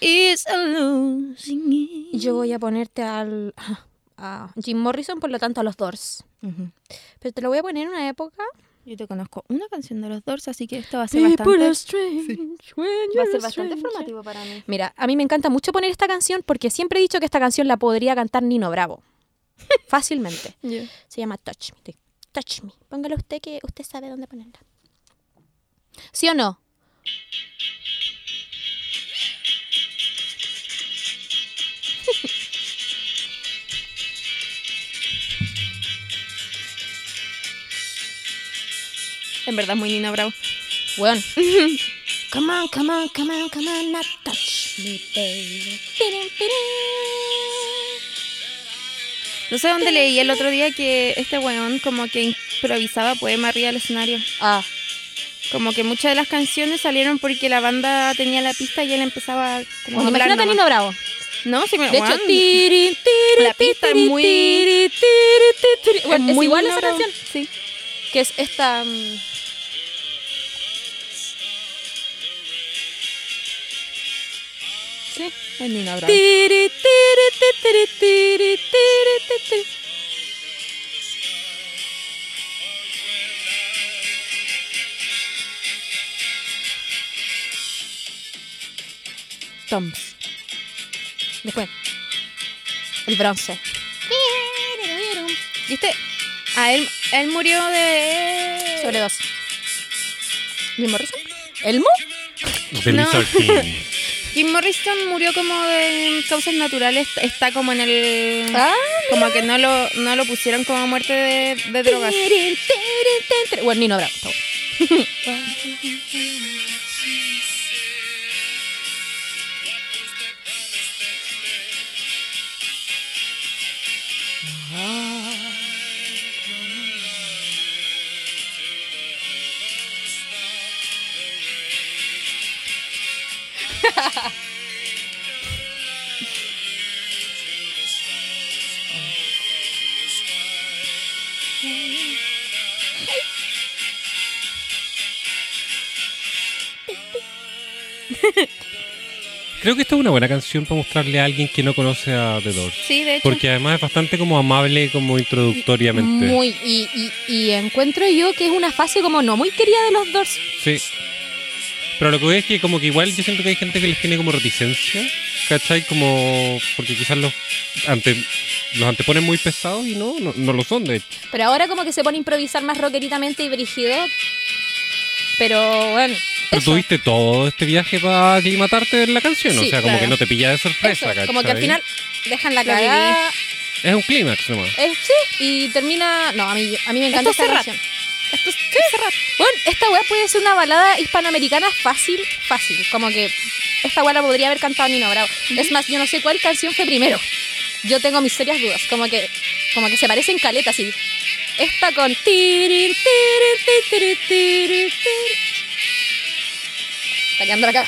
Speaker 2: is a losing game.
Speaker 1: Yo voy a ponerte al... A Jim Morrison, por lo tanto, a los Doors.
Speaker 2: Ujú.
Speaker 1: Pero te lo voy a poner en una época.
Speaker 2: Yo te conozco una canción de los Doors, así que esto va a ser bastante, va a ser bastante formativo para mí.
Speaker 1: Mira, a mí me encanta mucho poner esta canción porque siempre he dicho que esta canción la podría cantar Nino Bravo. Fácilmente. Se llama Touch Me. de- Touch Me. Póngalo usted que usted sabe dónde ponerla. ¿Sí o no?
Speaker 2: En verdad, muy Nina Bravo.
Speaker 1: Bueno. come on, come on, come on, come on, now touch me, baby. Tirin, tirin.
Speaker 2: No sé dónde leí el otro día que este weón como que improvisaba poema arriba del escenario.
Speaker 1: Ah,
Speaker 2: Como que muchas de las canciones salieron porque la banda tenía la pista y él empezaba como
Speaker 1: bueno,
Speaker 2: a hablar
Speaker 1: imagínate a
Speaker 2: nomás.
Speaker 1: Nino Bravo.
Speaker 2: No, sí, me
Speaker 1: De hecho,
Speaker 2: weón,
Speaker 1: tirin, tirin,
Speaker 2: La pista es
Speaker 1: tirin,
Speaker 2: muy-
Speaker 1: tirin, tirin, tirin, tirin.
Speaker 2: es
Speaker 1: Bueno, es
Speaker 2: muy
Speaker 1: igual
Speaker 2: Nina
Speaker 1: esa
Speaker 2: Bravo.
Speaker 1: canción.
Speaker 2: Sí.
Speaker 1: que es esta. mm, Sí.
Speaker 2: Es Nina Bravo.
Speaker 1: Tiri, tiri, ti, tiri, tiri, tiri, ti, tiri.
Speaker 2: Toms.
Speaker 1: Después. El bronce.
Speaker 2: Y este, a él, él murió de...
Speaker 1: Sobre dos. ¿Y el Morrison? ¿Elmo?
Speaker 3: The
Speaker 2: No.
Speaker 3: Lizard King.
Speaker 2: Jim Morrison murió como de causas naturales, está como en el...
Speaker 1: Ah,
Speaker 2: Como que no lo, no lo pusieron como muerte de, de drogas.
Speaker 1: Tirin, tirin, tin, tirin. Bueno, Nino Bravo. está bueno.
Speaker 3: Creo que esta es una buena canción para mostrarle a alguien que no conoce a The Doors.
Speaker 2: Sí, de hecho.
Speaker 3: Porque además es bastante como amable, como introductoriamente.
Speaker 1: Muy, y, y- y encuentro yo que es una fase como no muy querida de los Doors.
Speaker 3: Sí. Pero lo que voy es que como que igual yo siento que hay gente que les tiene como reticencia, ¿cachai? Como porque quizás los, ante, los anteponen muy pesados y no, no, no lo son, de hecho.
Speaker 1: Pero ahora como que se pone a improvisar más rockeritamente y brígido. Pero bueno,
Speaker 3: Pero tuviste todo este viaje para aclimatarte en la canción, o
Speaker 1: Sí,
Speaker 3: sea, como
Speaker 1: claro.
Speaker 3: que no te pilla de
Speaker 1: eso,
Speaker 3: sorpresa, ¿cachai?
Speaker 1: como que al final dejan la
Speaker 2: Lo viví.
Speaker 1: cagada.
Speaker 3: Es un clímax nomás.
Speaker 1: Eh, sí, y termina. No, a mí, a mí me encanta
Speaker 2: Esto es
Speaker 1: esta
Speaker 2: Serrat.
Speaker 1: canción. Esto es ¿Qué? Bueno, esta weá puede ser una balada hispanoamericana fácil, fácil. Como que esta weá la podría haber cantado Nino Bravo. Es más, yo no sé cuál canción fue primero. Yo tengo mis serias dudas. Como que, como que se parecen caletas y. Esta con. tirir, tirir, tirir, tirir, tirir. Está quedando acá.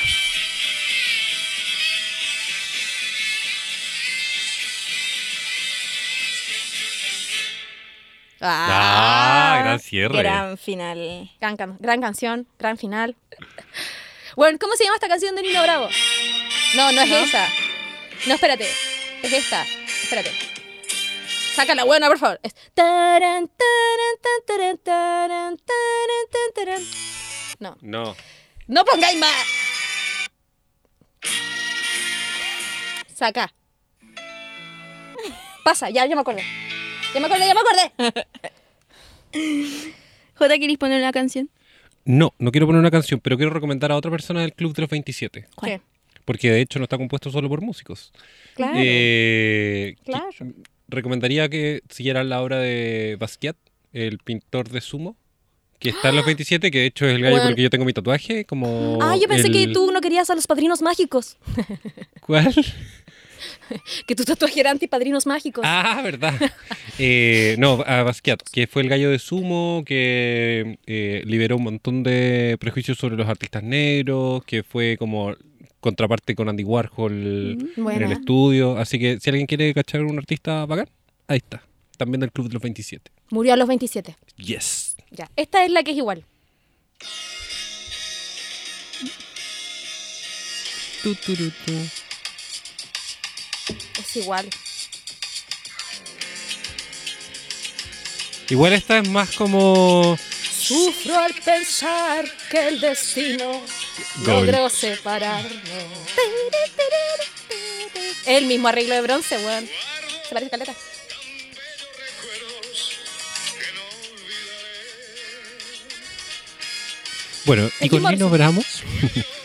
Speaker 3: Ah, gran cierre.
Speaker 2: Gran final.
Speaker 1: Gran, can- gran canción, gran final. Bueno, ¿cómo se llama esta canción de Nino Bravo? No, no es
Speaker 2: ¿No?
Speaker 1: esa. No, espérate. Es esta. Espérate. Sácala, buena, por favor. Es... Taran, taran, tan, taran, taran, taran, tan, taran. No.
Speaker 3: No.
Speaker 1: No pongáis más. Saca. Pasa, ya, ya me acordé. Ya me acordé, ya me acordé.
Speaker 2: Jota, ¿querés poner una canción?
Speaker 3: No, no quiero poner una canción, pero quiero recomendar a otra persona del Club de los 27.
Speaker 1: ¿Cuál?
Speaker 3: Porque de hecho no está compuesto solo por músicos.
Speaker 1: Claro.
Speaker 3: Eh, que-
Speaker 1: Claro.
Speaker 3: Recomendaría que siguieran la obra de Basquiat, el pintor de sumo, que está en los 27, que de hecho es el gallo
Speaker 1: ¡Ah! Bueno.
Speaker 3: porque yo tengo mi tatuaje. Como
Speaker 1: Ah, yo pensé
Speaker 3: el-
Speaker 1: que tú no querías a los padrinos mágicos.
Speaker 3: ¿Cuál?
Speaker 1: Que tu tatuaje era antipadrinos mágicos.
Speaker 3: Ah, verdad. Eh, no, a Basquiat, que fue el gallo de sumo, que eh, liberó un montón de prejuicios sobre los artistas negros, que fue como contraparte con Andy Warhol en el
Speaker 1: Mm, Buena.
Speaker 3: estudio. Así que si alguien quiere cachar a un artista bacán, ahí está. También del Club de los 27.
Speaker 1: Murió a los 27.
Speaker 3: Yes.
Speaker 1: Ya. Esta es la que es igual.
Speaker 3: Tu, tu, tu, tu.
Speaker 1: Es igual.
Speaker 3: Igual esta es más como...
Speaker 1: Sufro al pensar que el destino
Speaker 3: Gol.
Speaker 1: logró separarnos. El mismo arreglo de bronce, weón. Se parece caleta.
Speaker 3: Bueno, y
Speaker 1: Es
Speaker 3: con
Speaker 1: humor,
Speaker 3: Nino
Speaker 1: sí.
Speaker 3: Bramos...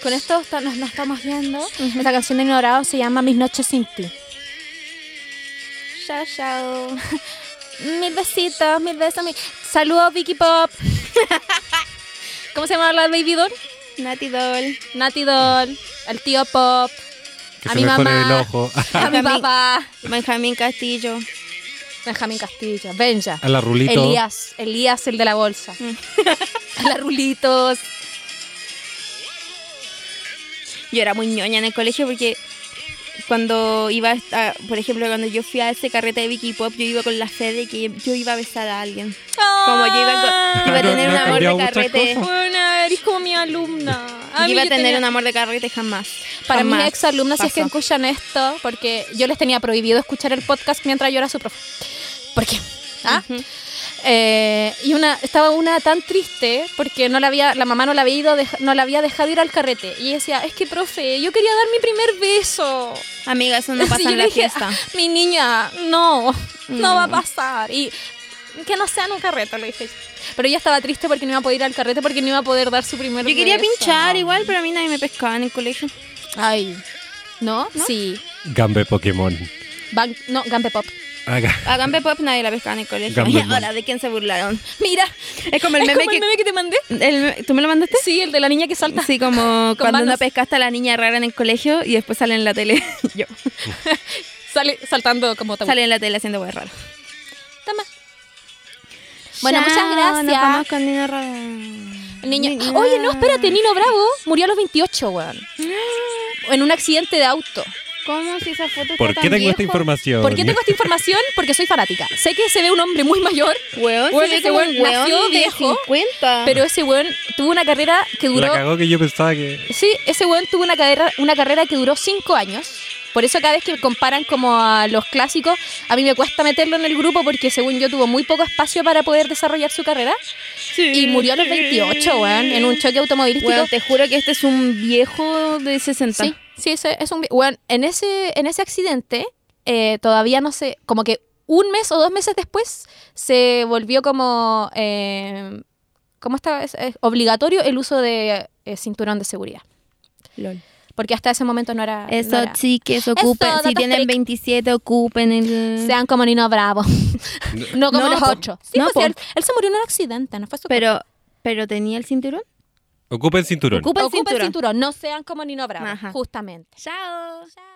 Speaker 1: Con esto está- nos, nos estamos viendo. Esta canción de Ignorado se llama Mis noches sin ti. Chao, chao. Mil besitos, mil besos. mil- Saludos, Vicky Pop. ¿Cómo se llama la Baby Doll?
Speaker 2: Nati Doll.
Speaker 1: Nati Doll, al tío Pop,
Speaker 3: Que
Speaker 1: A
Speaker 3: se
Speaker 1: mi
Speaker 3: me pone
Speaker 1: mamá.
Speaker 3: el ojo.
Speaker 1: a mi papá,
Speaker 2: Benjamín Castillo.
Speaker 1: Benjamín Castilla, Benja,
Speaker 3: A la Rulito.
Speaker 1: Elías, Elías el de la bolsa, a la Rulitos.
Speaker 2: Yo era muy ñoña en el colegio porque cuando iba a, por ejemplo, cuando yo fui a ese carrete de Vicky Pop, yo iba con la fe de que yo iba a besar a alguien. Como yo iba,
Speaker 1: Ah.
Speaker 2: con- iba a
Speaker 3: Claro,
Speaker 2: tener
Speaker 3: Ah, no
Speaker 2: un
Speaker 3: ha
Speaker 2: amor
Speaker 3: cambiado
Speaker 2: de
Speaker 3: muchas
Speaker 2: carrete.
Speaker 3: cosas.
Speaker 1: Buena, eres como mi alumna.
Speaker 2: Yo
Speaker 1: mí
Speaker 2: iba a
Speaker 1: yo
Speaker 2: tener
Speaker 1: tenía-
Speaker 2: un amor de carrete jamás.
Speaker 1: Para mis
Speaker 2: jamás
Speaker 1: ex alumnas, si es que
Speaker 2: pasó.
Speaker 1: escuchan esto, porque yo les tenía prohibido escuchar el podcast mientras yo era su profe. ¿Por qué? ¿Ah?
Speaker 2: Ujú.
Speaker 1: Eh, y una estaba una tan triste porque no la había la mamá no la había ido dej- no la había dejado ir al carrete y ella decía es que profe yo quería dar mi primer beso
Speaker 2: Amiga, eso no
Speaker 1: Sí,
Speaker 2: pasa
Speaker 1: yo
Speaker 2: en la
Speaker 1: le dije,
Speaker 2: fiesta.
Speaker 1: "Ah, mi niña no no
Speaker 2: No.
Speaker 1: va a pasar y que no sea en un carrete le dije pero ella estaba triste porque no iba a poder ir al carrete porque no iba a poder dar su primer
Speaker 2: Yo quería
Speaker 1: beso.
Speaker 2: pinchar igual, pero a mí nadie me pescaba en el colegio.
Speaker 1: ay no, sí
Speaker 3: Gambe Pokémon.
Speaker 1: Ban- no Gambe Pop
Speaker 3: Haga.
Speaker 2: A Gambe Pop nadie la pescaba en el colegio.
Speaker 3: Gambe
Speaker 2: Y
Speaker 3: Pop.
Speaker 2: ahora, ¿de quién se burlaron?
Speaker 1: Mira,
Speaker 2: Es como el
Speaker 1: es
Speaker 2: meme
Speaker 1: como el meme que te mandé.
Speaker 2: que... el me- ¿Tú me lo mandaste?
Speaker 1: Sí, el de la niña que salta.
Speaker 2: Sí, como cuando
Speaker 1: manos.
Speaker 2: no pescaste a la niña rara en el colegio y después sale en la tele. Yo.
Speaker 1: Sale saltando como tabú.
Speaker 2: Sale en la tele haciendo weas raras.
Speaker 1: Toma. Bueno,
Speaker 2: Chao,
Speaker 1: muchas gracias.
Speaker 2: Nos vamos con Nino Rara.
Speaker 1: Niño. Oye, no, espérate, Nino Bravo murió a los 28, weón. en un accidente de auto.
Speaker 2: ¿Cómo si esa foto
Speaker 3: ¿Por
Speaker 2: está
Speaker 3: qué
Speaker 2: tan
Speaker 3: tengo esta
Speaker 2: viejo?
Speaker 3: información?
Speaker 1: ¿Por qué tengo esta información? Porque soy fanática. Sé que se ve un hombre muy mayor,
Speaker 2: Weón,
Speaker 1: Weón,
Speaker 2: si
Speaker 1: ese
Speaker 2: ese
Speaker 1: weón
Speaker 2: weón
Speaker 1: nació
Speaker 2: de
Speaker 1: viejo,
Speaker 2: 50.
Speaker 1: pero ese weón tuvo una carrera que
Speaker 3: La
Speaker 1: duró
Speaker 3: cagó que yo pensaba que...
Speaker 1: Sí, ese weón tuvo una carrera, una carrera que duró cinco años. Por eso cada vez que comparan como a los clásicos, a mí me cuesta meterlo en el grupo porque según yo tuvo muy poco espacio para poder desarrollar su carrera. Y murió a los 28, weón, en un choque automovilístico.
Speaker 2: Weón, te juro que este es un viejo de 60.
Speaker 1: sí, sí, ese es un... vi- Weón, en ese, en ese accidente eh, todavía no sé, como que un mes o dos meses después se volvió como... eh, ¿Cómo estaba? Es- es obligatorio el uso de eh, cinturón de seguridad.
Speaker 2: Lol.
Speaker 1: Porque hasta ese momento no era... no
Speaker 2: Eso
Speaker 1: era-
Speaker 2: chiques,
Speaker 1: ocupen-
Speaker 2: ocupen.
Speaker 1: si
Speaker 2: si
Speaker 1: datos tienen
Speaker 2: tienen
Speaker 1: freak.
Speaker 2: 27, ocupen el.
Speaker 1: Sean como Nino Bravo. no como
Speaker 2: No,
Speaker 1: los
Speaker 2: po.
Speaker 1: ocho. Sí,
Speaker 2: No,
Speaker 1: pues,
Speaker 2: po.
Speaker 1: él, él se murió en un accidente, no fue su
Speaker 2: pero, pero tenía el cinturón.
Speaker 3: Ocupa el cinturón.
Speaker 1: culpa.
Speaker 2: Ocupen
Speaker 1: Ocupa el cinturón. No sean como Nino Bravo,
Speaker 2: Ajá.
Speaker 1: justamente.
Speaker 2: Chao.
Speaker 1: Chao.